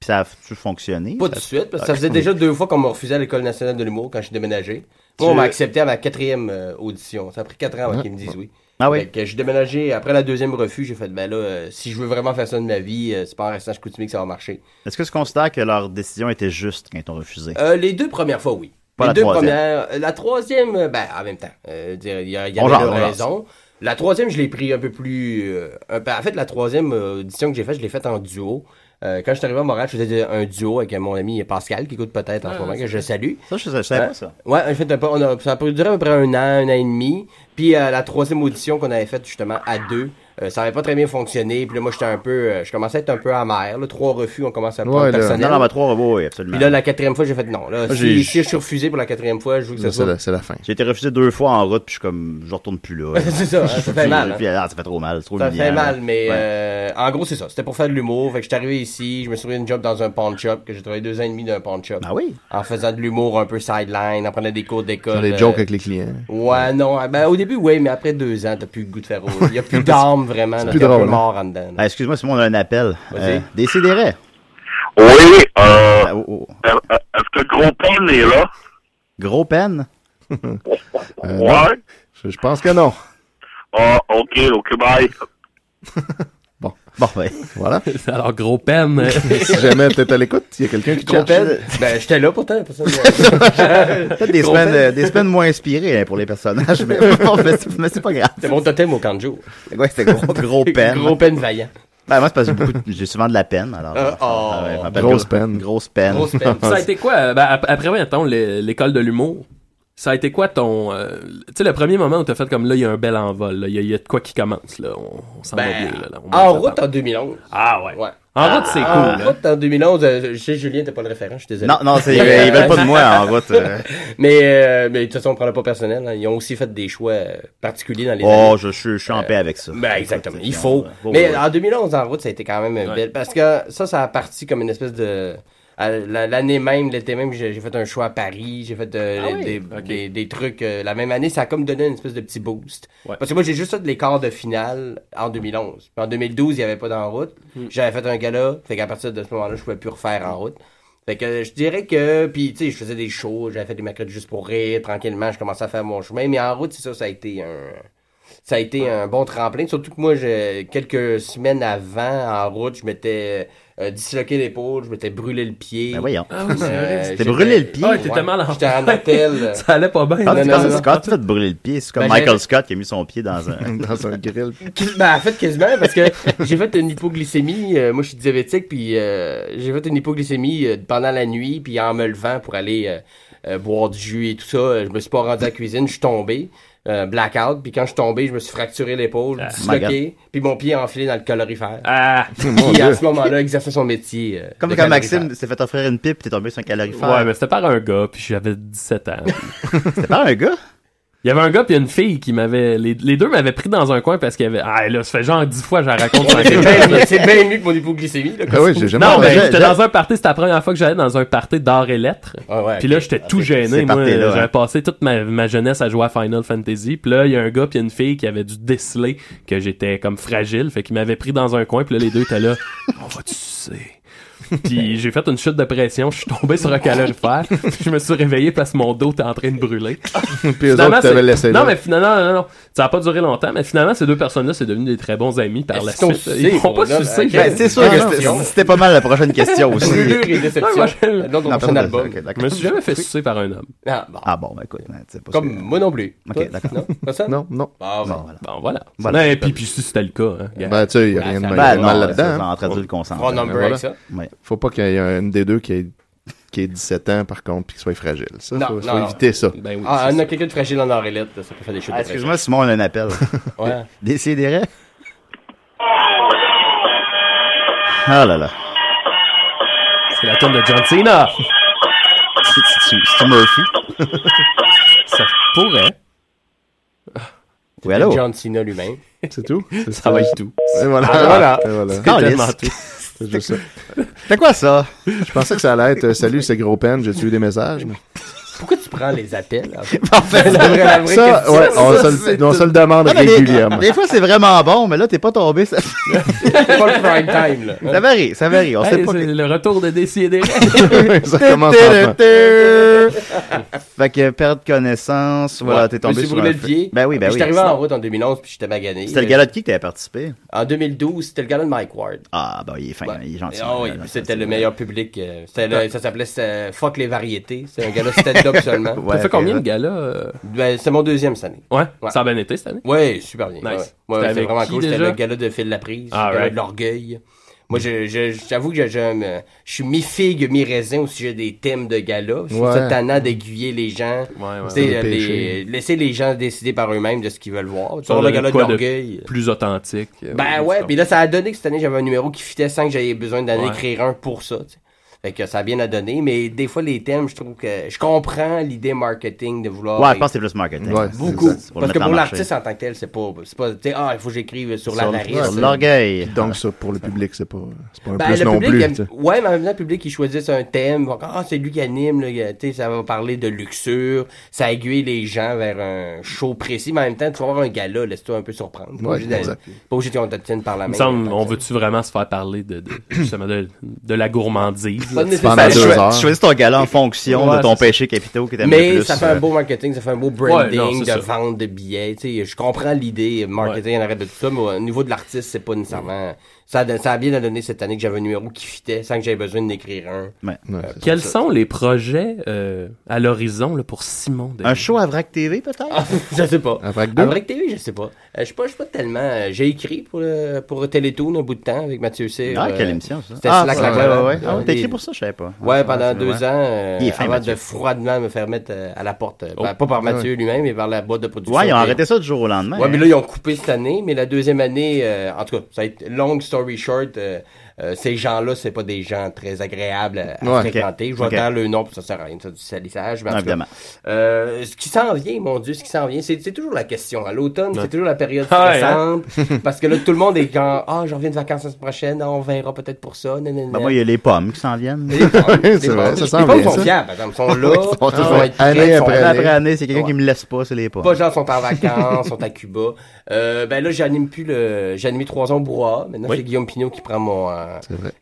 G: Puis ça a-tu fonctionné?
J: Pas tout de suite, parce que
G: Ah,
J: ça faisait déjà deux fois qu'on m'a refusé à l'École nationale de l'humour quand je suis déménagé. Moi, on
G: Tu-
J: m'a accepté à ma quatrième euh, audition. Ça a pris quatre ans avant qu'ils me disent oui.
G: Ah oui?
J: Fait que j'ai déménagé, après la deuxième refus, j'ai fait, ben là, euh, si je veux vraiment faire ça de ma vie, euh, c'est pas en restant coutumier que ça va marcher.
G: Est-ce que tu considères que leur décision était juste quand ils t'ont refusé?
J: Euh, les deux premières fois, oui.
G: Pas
J: les
G: la
J: deux
G: troisième.
J: premières. euh, La troisième, euh, ben, en même temps. Euh, dire, il y, a- il y
G: On
J: avait
G: jase,
J: leur
G: on jase.
J: raison. La troisième, je l'ai pris un peu plus. euh, un peu- en fait, la troisième euh, audition que j'ai faite, je l'ai faite en duo. Euh, quand je suis arrivé à Montréal, je faisais un duo avec mon ami Pascal, qui écoute peut-être en
G: Ah,
J: ce moment,
G: c'est
J: que je
G: vrai.
J: salue.
G: Ça, je savais pas,
J: Euh,
G: ça.
J: Ouais, en fait, on a- ça a duré à peu près un an, un an et demi. Puis euh, la troisième audition qu'on avait faite justement à deux, euh, ça avait pas très bien fonctionné. Puis là, moi, j'étais un peu, euh, je commençais à être un peu amer. Là, trois refus, on commence à prendre
G: Ouais, là.
J: personnel.
G: Non, non, mais trois robots, oui, absolument.
J: Puis là, la quatrième fois, j'ai fait non. Là,
G: Moi,
J: si,
G: j'ai-
J: si je suis refusé pour la quatrième fois, je veux que ça soit.
H: fin.
G: J'ai été refusé deux fois en route, puis je suis comme, je retourne plus là.
J: C'est ça, hein, ça fait
G: Puis-
J: mal, hein.
G: puis, ah, ça fait trop mal, c'est trop
J: Ça
G: humiliant,
J: fait mal,
G: là.
J: mais
G: Ouais.
J: euh, en gros, c'est ça. C'était pour faire de l'humour. Fait que je suis arrivé ici, je me suis trouvé une job dans un pawn shop, que j'ai travaillé deux ans et demi d'un pawn shop.
G: Ah oui?
J: En faisant de l'humour un peu sideline, en prenant des cours d'école.
H: Faire des
J: euh,
H: jokes avec les clients.
J: Ouais, non. ah, Ben, au début, oui, mais après deux ans, t'as plus le goût de faire autre. Il y a plus d'armes, vraiment.
G: C'est
J: là,
G: plus
J: t'es un peu
G: drôle, hein.
J: mort en dedans.
G: Ah, excuse-moi, Simon, on a un appel.
J: Vas-y.
G: Euh, Décidérez.
K: Oui, euh,
G: Ah, oh, oh.
K: euh, euh, est-ce que Gros Paul est là?
G: Gros peine?
H: Euh,
K: Ouais.
H: non. Je, je pense que non.
K: Ah, ok, ok, bye.
G: Bon, ben, ouais.
H: Voilà.
I: Alors, gros peine.
H: si jamais peut-être à l'écoute, il y a quelqu'un qui te cherche.
J: Ben, j'étais là pourtant. Pour ça,
G: Peut-être des, semaines, euh, des semaines moins inspirées hein, pour les personnages, mais, bon, mais c'est- mais c'est pas grave.
J: C'est mon totem au Kanjo.
G: Ouais, c'est gros, gros peine.
J: Gros peine vaillant.
G: Ben, moi, c'est parce que j'ai beaucoup de- j'ai souvent de la peine. Alors,
J: Euh, oh.
G: Ah ouais, je m'appelle
H: Grosse
G: gros-
H: peine.
G: Grosse peine.
I: ça a été quoi, euh, ben, ap- après, mettons, le- l'école de l'humour, ça a été quoi ton... euh, tu sais, le premier moment où t'as fait comme, là, il y a un bel envol, là, il y, a- il y a de quoi qui commence, là, on, on s'en va
J: Ben,
I: bien, là. là, on
J: en
I: monte la
J: route
I: pente.
J: en 2011.
I: Ah ouais. En
J: Ah,
I: route, c'est
J: En
I: cool, hein.
J: route en 2011, euh, je je sais, Julien, t'es pas le référent, je suis désolé.
G: Non, non, c'est- ils veulent pas de moi en route, euh.
J: mais, euh, mais de toute façon, on prend le pas personnel. hein. Ils ont aussi fait des choix euh, particuliers dans les
G: Oh, je, je- je suis en paix avec ça.
J: Ben, exactement. Il faut.
G: Ouais,
J: Mais ah,
G: ouais.
J: en 2011, en route, ça a été quand même euh,
G: Ouais.
J: belle. Parce que ça, ça a parti comme une espèce de. à la- L'année même, l'été même, j'ai j'ai fait un choix à Paris, j'ai fait euh,
I: Ah oui?
J: des,
I: Ok.
J: des- des trucs. euh, la même année, ça a comme donné une espèce de petit boost. Parce que moi, j'ai juste fait les quarts de finale en 2011. Puis en 2012, il n'y avait pas d'en route.
I: Hmm.
J: J'avais fait un gala, fait qu'à partir de ce moment-là, je pouvais plus refaire en route. Fait que euh, je dirais que, puis tu sais, je faisais des shows, j'avais fait des mercredis juste pour rire, tranquillement, je commençais à faire mon chemin, mais en route, c'est ça, ça a été un, ça a été un bon tremplin. Surtout que moi, je- quelques semaines avant, en route, je m'étais euh, disloqué l'épaule, je m'étais brûlé le pied. Euh,
G: Ben voyons.
I: Ah oui, c'est vrai, tu t'es
J: j'étais-
G: brûlé le pied?
I: Ah, t'étais mal en-
J: J'étais en hôtel.
I: Ça allait pas bien.
G: Quand,
J: Non,
G: tu,
J: Ah, non,
G: quand-
J: non,
G: quand tu fais te brûler le pied, c'est comme
J: Ben, j'avais-
G: Michael Scott qui a mis son pied dans un,
H: dans un grill.
J: Quas- Ben, en fait, quasiment, parce que j'ai fait une hypoglycémie. euh, moi, je suis diabétique, puis euh, j'ai fait une hypoglycémie euh, pendant la nuit, puis en me levant pour aller euh, euh, boire du jus et tout ça, euh, je me suis pas rendu à la cuisine, je suis tombé. euh, blackout, puis quand je suis tombé, je me suis fracturé l'épaule,
G: my
J: disloqué, puis mon pied enfilé dans le colorifère.
I: Ah!
J: Puis à ce moment-là, exerçait son métier. euh,
G: Comme
J: de
G: quand
J: calorifère.
G: Maxime s'est fait offrir une pipe, t'es tombé sur un calorifère.
I: Ouais, mais c'était par un gars, puis j'avais 17 ans.
G: C'était pas un gars?
I: Il y avait un gars puis une fille qui m'avait... Les, les deux m'avaient pris dans un coin parce qu'il y avait... Ah, là, ça fait genre 10 fois que j'en raconte
J: Ouais, mais C'est bien mieux- c'est bien mieux que mon hypoglycémie. Là,
H: Ah oui, j'ai jamais
I: Non,
H: entendu.
I: mais j'étais dans un party, c'était la première fois que j'allais dans un party d'art et lettres.
J: Ah ouais,
I: puis là,
J: ok.
I: j'étais
J: Ah,
I: tout
J: c'est-
I: gêné.
G: ces
I: Moi,
G: parties-là,
I: j'avais
G: hein.
I: passé toute ma, ma jeunesse à jouer à Final Fantasy. Puis là, il y a un gars puis une fille qui avait dû déceler que j'étais comme fragile. Fait qu'ils m'avaient pris dans un coin. Puis là, les deux étaient là. On va tu sais. Puis j'ai fait une chute de pression. Je suis tombé sur un calorifère. je me suis réveillé parce que mon dos était en train de brûler.
H: Puis eux
I: Finalement,
H: autres t'avaient
I: c'est-
H: laissé
I: non,
H: là.
I: mais finalement, non, non, non. ça n'a pas duré longtemps, mais finalement, ces deux personnes-là, c'est devenu des très bons amis par
J: Est-ce
I: la
J: qu'ils t'ont
I: suite.
J: sucé,
I: Ils m'ont pas
J: Bruno?
I: sucé.
J: Ok.
I: j'ai-
G: Ben, c'est sûr que
J: Ah, non.
G: c'était- c'était pas mal la prochaine question aussi.
J: Brûlure et
I: Non,
J: déception.
I: moi, je-
J: Dans ton
G: Non,
J: prochain
G: pas-
J: album.
G: ok,
I: Je
G: d'accord.
I: me suis jamais fait sucer par un homme.
J: Ah, bon.
G: Ah bon, ben écoute, ben, c'est pas
J: Comme
G: sûr.
J: moi non plus.
G: Ok,
J: Toi,
G: d'accord.
J: Non, pas ça?
H: Non, non.
J: Ah,
G: Bon, voilà.
I: Bon, voilà.
G: Voilà.
I: Ouais, puis, puis si c'était le cas, hein, gars.
H: Ben, tu sais, il n'y a
J: Ouais,
H: rien de
J: ça-
H: mal,
G: Ben
H: mal
G: non, là, ça,
H: là-dedans.
G: ça
H: hein.
G: en traduit le consent.
J: Prends number
H: voilà.
J: avec Ben, ça.
G: Ouais.
H: Faut pas qu'il y ait une des deux qui ait, qui ait 17 ans, par contre, puis qui soit fragile. Ça,
J: Non,
H: faut, faut
J: non, non.
H: éviter ça.
I: Ben oui.
J: Ah,
I: c'est
J: on
I: ça.
J: a quelqu'un de fragile en orélette, là, ça peut faire des choses.
G: Ah, Excuse-moi, Simon, on a un appel.
J: Ouais.
G: Décidérez. Ah là là.
I: C'est la tombe de John Cena.
G: C'est- C'est c'est Murphy.
I: Ça pourrait.
G: Oui, allô?
J: John Cena lui-même.
H: C'est tout? C'est
I: Ça va être tout.
H: Et voilà.
J: voilà.
H: Et voilà.
G: Ah,
I: C'est
G: lisse.
I: tellement tout.
H: C'est juste ça.
G: C'était quoi ça?
H: Je pensais que ça allait être euh, Salut, c'est Gros Pen, j'ai tué des messages. mais-
J: Pourquoi tu prends les appels? En fait?
G: Parfait.
J: La vraie- la vraie
H: Ça,
J: question.
H: ouais, on,
G: ça,
H: se,
G: c'est
H: le- on se le demande
G: Ah, mais
H: régulièrement.
G: des, des fois, c'est vraiment bon, mais là, t'es pas tombé. Ça,
J: C'est pas le prime time, là.
G: ça varie, ça varie. On
I: Hey,
G: sait pas.
I: c'est le retour de Décider.
H: ça commence lentement.
G: Fait que perdre connaissance, voilà,
J: Ouais.
G: t'es
J: Je me
G: tombé
J: suis
G: sur
J: brûlé
G: un
J: le
G: fait.
J: pied.
G: Ben oui, ben
J: Je
G: oui.
J: suis arrivé en route en 2011, puis j'étais magané.
G: C'était le gala de qui que t'avais participé?
J: En 2012, c'était le gala de Mike Ward.
G: Ah, ben il est fin,
J: Ouais.
G: il est gentil.
J: Ah oui,
G: Là, là,
J: puis
G: ça,
J: c'était
G: c'est-
J: le meilleur public. euh, c'était le- ça s'appelait euh, Fuck les variétés. C'est un gala stand-up seulement.
G: Ouais,
I: T'as fait
G: ok,
I: combien
G: là.
I: de gars-là? euh?
J: Ben, c'était mon deuxième cette année.
I: Ouais.
J: Ouais.
I: Ça a bien été cette année.
J: Ouais, super bien.
I: Nice.
J: Ouais, ouais. Ouais,
I: C'était
J: c'était
I: avec
J: vraiment
I: qui
J: cool. C'était
I: déjà?
J: le gala de Phil Laprise,
I: Ah,
J: le gala
I: right.
J: de l'orgueil. Moi, je- je- j'avoue que je, je me- je suis mi-figue, mi-raisin au sujet des thèmes de gala. Je trouve
H: Ouais.
J: ça tannant d'aiguiller les gens. Tu sais,
I: C'est des
J: euh, les-
I: péchés.
J: laisser les gens décider par eux-mêmes de ce qu'ils veulent voir. Tu
I: Ça
J: vois, le
I: aurait
J: gala de
I: quoi de
J: l'orgueil.
I: Plus authentique. euh,
J: Ben ouais, puis là, ça a donné que cette année, j'avais un numéro qui fitait sans que j'avais besoin d'en
I: Ouais.
J: écrire un pour ça. tu sais. Fait que ça a bien à donner, mais des fois, les thèmes, je trouve que je comprends l'idée marketing de vouloir.
G: Ouais, je pense que c'est plus marketing. Ouais, c'est
J: Beaucoup.
G: ça, c'est pour le
J: Parce que
G: mettre en
J: pour
G: marché.
J: l'artiste en tant que tel, c'est pas. C'est pas, tu sais, ah, il faut que j'écrive sur, la
G: Sur-
J: narine.
G: sur
J: C'est-
G: l'orgueil.
H: Donc, ça, pour le public, c'est pas, c'est pas un
J: Ben,
H: plus
J: le
H: non
J: public,
H: plus.
J: aime-
H: tu sais.
J: ouais, mais en même temps, le public, il choisit un thème. Donc, Ah, c'est lui qui anime, là, il- tu sais, ça va parler de luxure, ça aiguille les gens vers un show précis, mais en même temps, tu vas avoir un gala, laisse-toi un peu surprendre. Pas
I: Ouais,
J: obligé d'aller-
I: exact.
J: Pas obligé qu'on t'obtienne par la
I: Il
J: main.
I: me semble, on veut-tu vraiment se faire parler de, de, justement de, de la gourmandise?
J: Pas
I: là,
J: nécessairement.
G: Ben,
I: tu sais?
G: tu choi- tu choisis ton galant en fonction
I: Ouais,
G: de ton
I: c'est ça.
G: péché capitaux que t'aimes le
J: Mais
G: plus.
J: ça fait
G: euh,
J: un beau marketing, ça fait un beau
I: Ouais,
J: branding
I: non, c'est
J: de
I: ça.
J: vente de billets. Tu sais, je comprends l'idée marketing en arrêt de tout ça, mais au niveau de l'artiste, c'est pas nécessairement. Ça, a don- ça a bien donné cette année que j'avais un numéro qui fitait sans que j'avais besoin d'écrire un.
H: Ouais.
I: Quels sont les projets euh, à l'horizon là, pour Simon? Denis?
G: Un show à Vrac TV, peut-être?
J: je sais pas.
H: Avec
J: En vrai que TV, je sais pas. Euh, je sais pas, je sais pas tellement. euh, J'ai écrit pour, le, pour Télétoon un bout de temps avec Mathieu C.
G: Ah, quelle émission, ça?
J: C'était
G: Ah,
J: Slack
G: ça,
J: la
G: ouais,
J: Claire.
G: ouais, ouais. Ah,
J: Ouais,
G: t'as écrit
J: des-
G: pour ça, je savais pas.
J: Ouais,
G: Ah,
J: pendant
G: c'est
J: deux
G: vrai.
J: ans, euh,
G: Il est fin,
J: avant
G: Mathieu.
J: de froidement me faire mettre euh, à la porte. euh,
G: Oh.
J: ben, pas par Mathieu
G: Ouais.
J: lui-même, mais par la boîte de production.
G: Ouais, ils ont
J: Puis-
G: arrêté ça du jour au lendemain.
J: Ouais,
G: hein.
J: mais là, ils ont coupé cette année, mais la deuxième année, euh, en tout cas, ça va être long story short, euh, euh, ces gens-là, c'est pas des gens très agréables à, à
G: Ouais,
J: fréquenter.
G: ok.
J: Je vais
G: Ok.
J: dire le nom, puis ça sert à rien, ça, du salissage. Mais en
G: Ouais,
J: tout cas,
G: évidemment. Bah,
J: euh, ce qui s'en vient, mon Dieu, ce qui s'en vient, c'est c'est toujours la question. À l'automne,
I: Ouais.
J: c'est toujours la période
I: Ah, ouais,
G: hein.
J: stressante, parce que là, tout le monde est quand, ah, j'en reviens de vacances la semaine prochaine, ah, on verra peut-être pour ça, nan, nan,
G: Ben,
J: nan.
G: moi, il y a les pommes qui s'en viennent.
J: Les pommes, les pommes. Les pommes sont fiables, par exemple, sont là, ils sont prêts, ils sont-
G: année après année. C'est quelqu'un qui me laisse pas, c'est les pommes.
J: pas genre sont en vacances, sont à Cuba. Euh, ben là, j'anime plus le. J'ai animé trois ans au Brouhaha. Maintenant,
I: Oui.
J: c'est Guillaume Pinot qui prend mon. euh,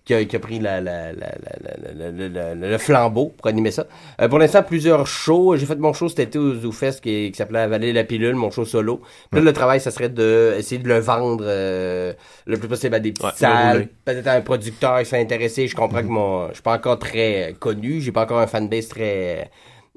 J: qui, a, qui a pris la, la, la, la- la- la- la- la- le flambeau pour animer ça. Euh, pour l'instant, plusieurs shows. J'ai fait mon show cet été au ZooFest qui, qui s'appelait Avaler la pilule, mon show solo. Puis là, le travail, ça serait de essayer de le vendre euh, le plus possible à des petites
I: Ouais,
J: salles.
I: oui,
J: Peut-être à un producteur qui serait intéressé. Je comprends que mon. Je suis pas encore très euh, connu. J'ai pas encore un fanbase très.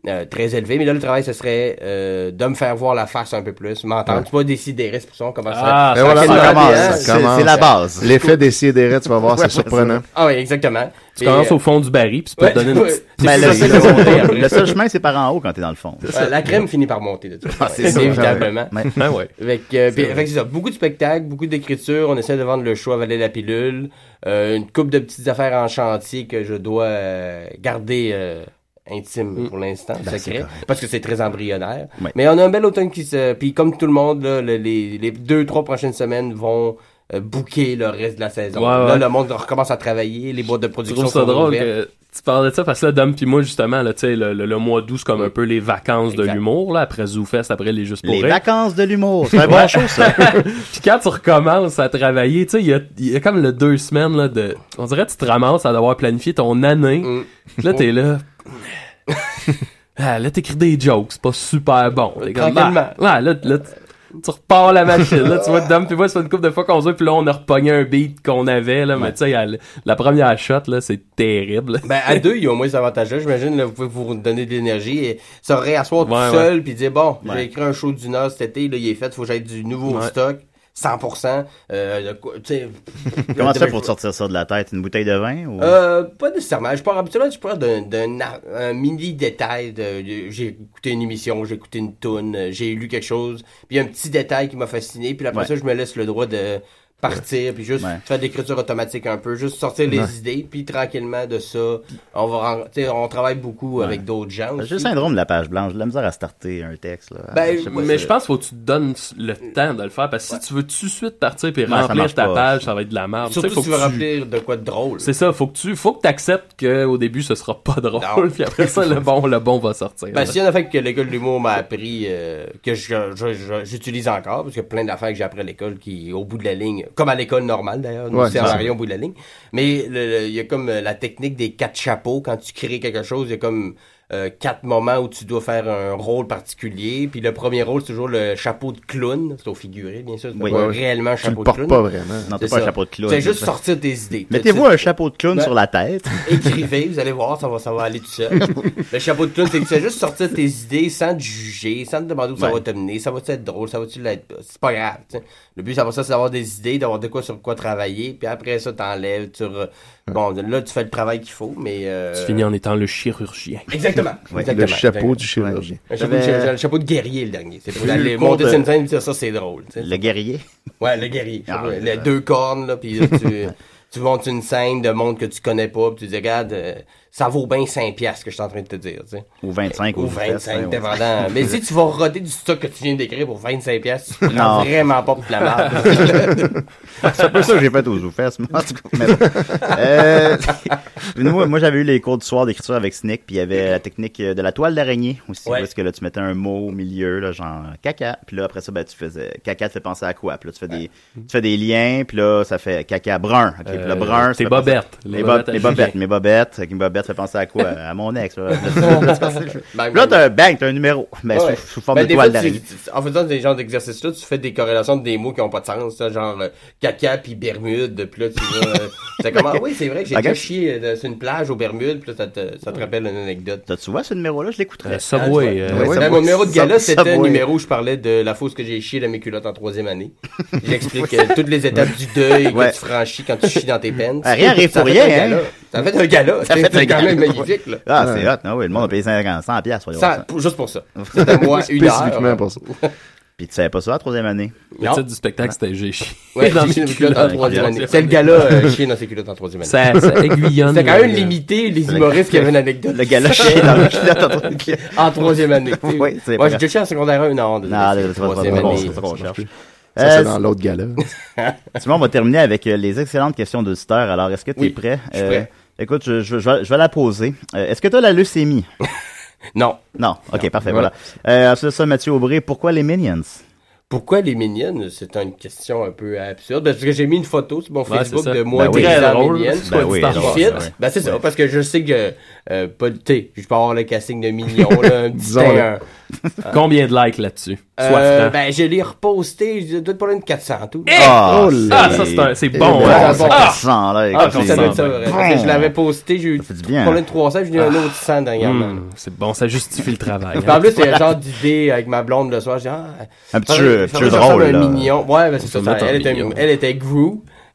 J: euh, très élevé, mais là le travail ce serait euh, de me faire voir la face un peu plus, m'entendre,
H: Ouais.
J: tu vois décider, c'est pour Ah, ça on commence
I: Ah.
H: Ben voilà, ça commence, ça commence. L'effet des sidérés, tu vas voir,
J: Ouais,
H: c'est surprenant.
J: Ah oui, exactement.
I: Tu
J: Et,
I: commences
J: euh,
I: au fond du baril, puis tu peux
J: ouais,
I: te donner une
J: ouais.
I: petite...
J: Mais
G: le,
J: le-
G: seul-
J: le seul-
G: le seul, chemin, c'est par en haut quand t'es dans le fond.
J: Ouais, la crème finit par monter de toute
G: Ah,
J: façon,
G: c'est ça,
J: inévitablement.
G: ouais.
I: Ben
G: Ouais. Ouais.
J: Fait que, euh,
G: C'est
J: puis-
G: vrai.
J: fait que c'est ça, beaucoup de spectacles, beaucoup d'écriture, on essaie de vendre le choix à Valer la pilule, euh, une coupe de petites affaires en chantier que je dois euh, garder euh,
I: Mm.
J: intime pour l'instant,
G: Ben, c'est
J: secret,
G: correct.
J: parce que c'est très embryonnaire.
G: Ouais.
J: Mais on a un bel automne qui se... Puis comme tout le monde, là, le- les, les deux, trois prochaines semaines vont euh, booker le reste de la saison.
I: Ouais,
J: là,
I: ouais.
J: le monde recommence à travailler, les boîtes de
I: Je
J: production
I: trouve ça
J: sont
I: drôle
J: ouvertes.
I: que tu parles de ça parce que là, Dom puis moi, justement, là, tu sais, le, le- le mois d'août, c'est comme un peu les vacances de l'humour, là, après ZooFest, après les Juste pour
G: Les
I: rire.
G: vacances de l'humour. C'est un bon
I: Ouais.
G: show, ça.
I: Puis quand tu recommences à travailler, tu sais, il y a, il y a comme le deux semaines, là, de. On dirait que tu te ramasses à devoir planifier ton année.
J: Mm.
I: Puis là, t'es là. ah, là, t'écris des jokes, c'est pas super bon. T'es comme,
J: Tranquillement.
I: ah, ouais, là, là, tu- tu repars la machine, là, tu vois, Dom, puis moi, ça fait une couple de fois qu'on se voit, puis là, on a repogné un beat qu'on avait, là, mais tu sais, à l- la première shot, là, c'est terrible.
J: Ben, à deux, il y a au moins cet avantage-là. J'imagine, là, vous pouvez vous donner de l'énergie et se réasseoir
I: Ouais,
J: tout seul
I: ouais.
J: puis dire, bon,
I: Ouais.
J: j'ai écrit un show d'une heure cet été, là, il est fait, faut que j'aille du nouveau
I: Ouais.
J: stock, 100%, euh, de quoi- tu sais.
G: Comment tu fais
J: de-
G: pour te sortir ça de la tête? Une bouteille de vin? Ou...
J: euh, pas nécessairement. Je pars habituellement, je pars d'un, d'un ar- un mini détail. De, de- j'ai écouté une émission, j'ai écouté une toune, euh, j'ai lu quelque chose, puis un petit détail qui m'a fasciné, puis après
G: Ouais.
J: ça, je me laisse le droit de partir, puis juste
G: Ouais.
J: faire de l'écriture automatique un peu, juste sortir les
G: Ouais.
J: idées, puis tranquillement de ça, on va, ren- tu sais, on travaille beaucoup avec d'autres gens.
G: J'ai
J: aussi.
G: le syndrome de la page blanche. de la misère à starter un texte. Là.
J: Ben,
G: sais pas,
I: mais
G: c'est-
I: je pense qu'il faut que tu te donnes le temps de le faire parce que si tu veux tout de suite partir puis
G: Ouais, ça marche
I: remplir ta
G: pas.
I: page, ça va être de la merde.
J: Surtout
I: Tu sais, faut
J: si tu veux
I: que tu-
J: remplir de quoi de drôle.
I: C'est ça, faut que tu faut que t'acceptes que au début ce sera pas drôle, puis après ça le bon le bon va sortir.
J: Ben,
I: là.
J: s'il y en a fait que l'école de l'humour m'a appris, euh, que je- je- je- j'utilise encore, parce qu'il y a plein d'affaires que j'ai appris à l'école qui, au bout de la ligne, comme à l'école normale d'ailleurs, nous,
I: Ouais,
J: c'est
I: c'est ça.
J: en au bout de la ligne. Mais le- le- il y a comme euh, la technique des quatre chapeaux, quand tu crées quelque chose, il y a comme euh, quatre moments où tu dois faire un rôle particulier. Puis le premier rôle, c'est toujours le chapeau de clown. C'est au figuré, bien sûr. C'est
G: Oui.
J: pas
G: Ouais, ouais.
J: réellement un
G: Tu
J: chapeau
G: le
J: de
G: portes
J: clown.
G: pas vraiment. Non, t'as
J: C'est
G: pas un
J: ça.
G: chapeau de clown.
J: C'est juste
G: Ça-
J: sortir tes idées.
G: Mettez-vous un chapeau de clown
J: Ouais.
G: sur la tête.
J: Écrivez, vous allez voir, ça va, ça va aller tout seul. le chapeau de clown, c'est que tu fais juste sortir tes idées sans te juger, sans te demander où ça
G: Ouais.
J: va te mener, ça va-tu être drôle, ça va-tu l'être pas. C'est pas grave. tu sais. Le but, ça va ça, c'est d'avoir des idées, d'avoir de quoi sur quoi travailler, puis après ça, t'enlèves, tu re- Bon, là, tu fais le travail qu'il faut, mais... euh,
I: Tu finis en étant le chirurgien.
J: Exactement.
I: Ouais.
J: Exactement.
I: Le chapeau
J: Exactement.
I: du chirurgien.
J: Le chapeau,
I: J'avais-
J: du chirurgien, le chapeau de guerrier, le dernier. C'est pour
G: Plus
J: aller
G: court
J: monter
G: de-
J: sur une scène, puis dire ça, c'est drôle. tu sais.
G: Le guerrier.
J: Ouais, le guerrier.
G: Ah,
J: les
G: ouais.
J: deux cornes, là, puis là, tu, tu montes une scène de monde que tu connais pas, puis tu dis, regarde, euh, ça vaut bien 5 piastres, ce que je suis en train de te dire, tu sais.
G: Ou 25
J: Ou
G: ou
J: 25, dépendant. Mais si tu vas roder du stock que tu viens d'écrire pour 25 piastres, tu prends
G: Non.
J: vraiment pas pour de la merde.
G: C'est un peu ça que j'ai fait aux oufesses, moi, en tout cas. Mais bon. Euh, moi, moi, j'avais eu les cours du soir d'écriture avec Snick, puis il y avait la technique euh, de la toile d'araignée aussi,
J: Ouais.
G: parce que là, tu mettais un mot au milieu, là, genre caca, puis là, après ça, ben, tu faisais caca, tu fais penser à quoi, puis là, tu fais, des, tu fais des liens, puis là, ça fait caca brun. Ok, puis
I: Euh,
G: le brun, ça
I: tes
G: fait penser-
I: bobettes. Les
G: Les, bo-
I: bobettes à
G: les bobettes,
I: Julien.
G: mes bobettes. Mes bobettes, fait penser à quoi À mon ex. Là, Puis là t'as un bang, t'as un numéro, mais
J: Ouais.
G: sous, sous forme
J: Ben,
G: de
J: des fois,
G: toile
J: tu-
G: d'araignée.
J: tu- En faisant des genres d'exercices-là, tu fais des corrélations de des mots qui n'ont pas de sens, ça, genre euh, caca puis Bermude, puis là tu vas. euh, tu sais comment, Ah oui, c'est vrai que j'ai
G: Ok.
J: déjà chié euh, sur une plage aux Bermudes, puis là ça te, ça te rappelle une anecdote.
G: T'as-tu vois ce numéro-là Je l'écouterais.
J: Euh,
G: Subway,
J: ouais.
G: euh,
J: Ouais,
G: ouais,
J: ben,
G: Subway.
J: mon numéro de
G: Sub-
J: gala, c'était un
G: Subway.
J: numéro où je parlais de la fausse que j'ai chié dans mes culottes en troisième année. J'explique euh, toutes les étapes du deuil
G: Ouais.
J: que tu franchis quand tu chies dans tes peines.
G: Ah, rien arrive
J: Ça
G: pour
J: fait un
G: rien, hein?
J: gala. Ça fait un gala.
G: Ça
J: tu sais,
G: fait un
J: C'est quand
G: gala.
J: même magnifique, là.
G: Ah, c'est hot, non? Oui, le monde a payé 50, 100 piastres pour aller voir
J: Ça, pour- juste pour ça. C'était moi, une heure.
G: Spécifiquement pour ça. Puis tu savais pas ça la troisième année?
I: Le titre du spectacle, c'était J'ai chié
J: Ben. Ouais,
I: dans
J: j'ai
I: mes
J: chié dans mes culottes en troisième année. C'est le gars-là, euh, chier dans ses culottes en troisième année.
I: Ça, ça aiguillonne. euh,
J: C'était quand
I: le-
J: même limité, les humoristes qui avaient une anecdote.
G: Le gars-là chier dans mes culottes en troisième
J: En troisième année. tu sais.
G: Oui, c'est
J: Moi,
G: vrai.
J: j'ai déjà chié en secondaire 1, non. désolé,
G: Non,
J: c'est
G: c'est pas-
J: troisième
G: c'est pas-
J: année.
G: c'est pas qu'on cherche.
H: Ça,
G: Euh,
H: c'est dans l'autre gala.
G: Simon, on va terminer avec euh, les excellentes questions d'auditeurs. Alors, est-ce que tu es prêt? Euh,
J: je suis prêt.
G: Écoute, je, je- je vais, je vais la poser. Euh, est-ce que tu as la leucémie?
J: non.
G: Non. OK,
J: Non.
G: parfait.
J: Voilà.
G: Voilà. Euh, ensuite de ça, Mathieu Aubry, pourquoi les Minions?
J: Pourquoi les mignonnes? C'est une question un peu absurde. Ben, Parce que j'ai mis une photo sur mon
G: Ouais,
J: Facebook
G: c'est ça.
J: de moi
G: Ben oui.
J: déguisé
G: Très
J: en
G: drôle,
J: mignonne.
G: ben oui,
J: Qui
G: drôle,
J: fit.
G: ça, ouais.
J: Ben, c'est ça.
G: Ouais.
J: Parce que je sais que, euh, pas, tu sais, je peux avoir le casting de mignon, là, un petit teint, un-
I: Combien de likes là-dessus?
J: Euh,
I: Sois franc.
J: ben, je l'ai reposté, je dois être pas loin de 400
G: Eh!
J: tout.
I: Ah, Oh là. ça, c'est un- c'est bon,
J: Ouais,
I: hein.
J: bon.
I: Ah,
G: ça, là,
J: Ah,
G: écoute,
J: ça doit être ça,
G: c'est
J: vrai.
G: bon.
J: Parce que Je l'avais posté, j'ai eu
G: du bien,
J: pas loin
G: hein.
J: de 300, j'ai eu un autre 100 dernièrement.
I: Hmm, c'est bon, ça justifie le travail. hein.
J: Puis en plus, c'est le
I: Voilà.
J: genre d'idée avec ma blonde le soir. J'ai dit, ah,
I: Un petit
J: faudrait-
I: jeu- un petit
J: faudrait
I: jeu
J: que je ressemble
I: drôle,
J: à un
I: là.
J: mignon. Ouais, ben, c'est ça.
I: Ça doit être
J: elle,
I: un
J: était,
I: mignon.
J: elle était Gru,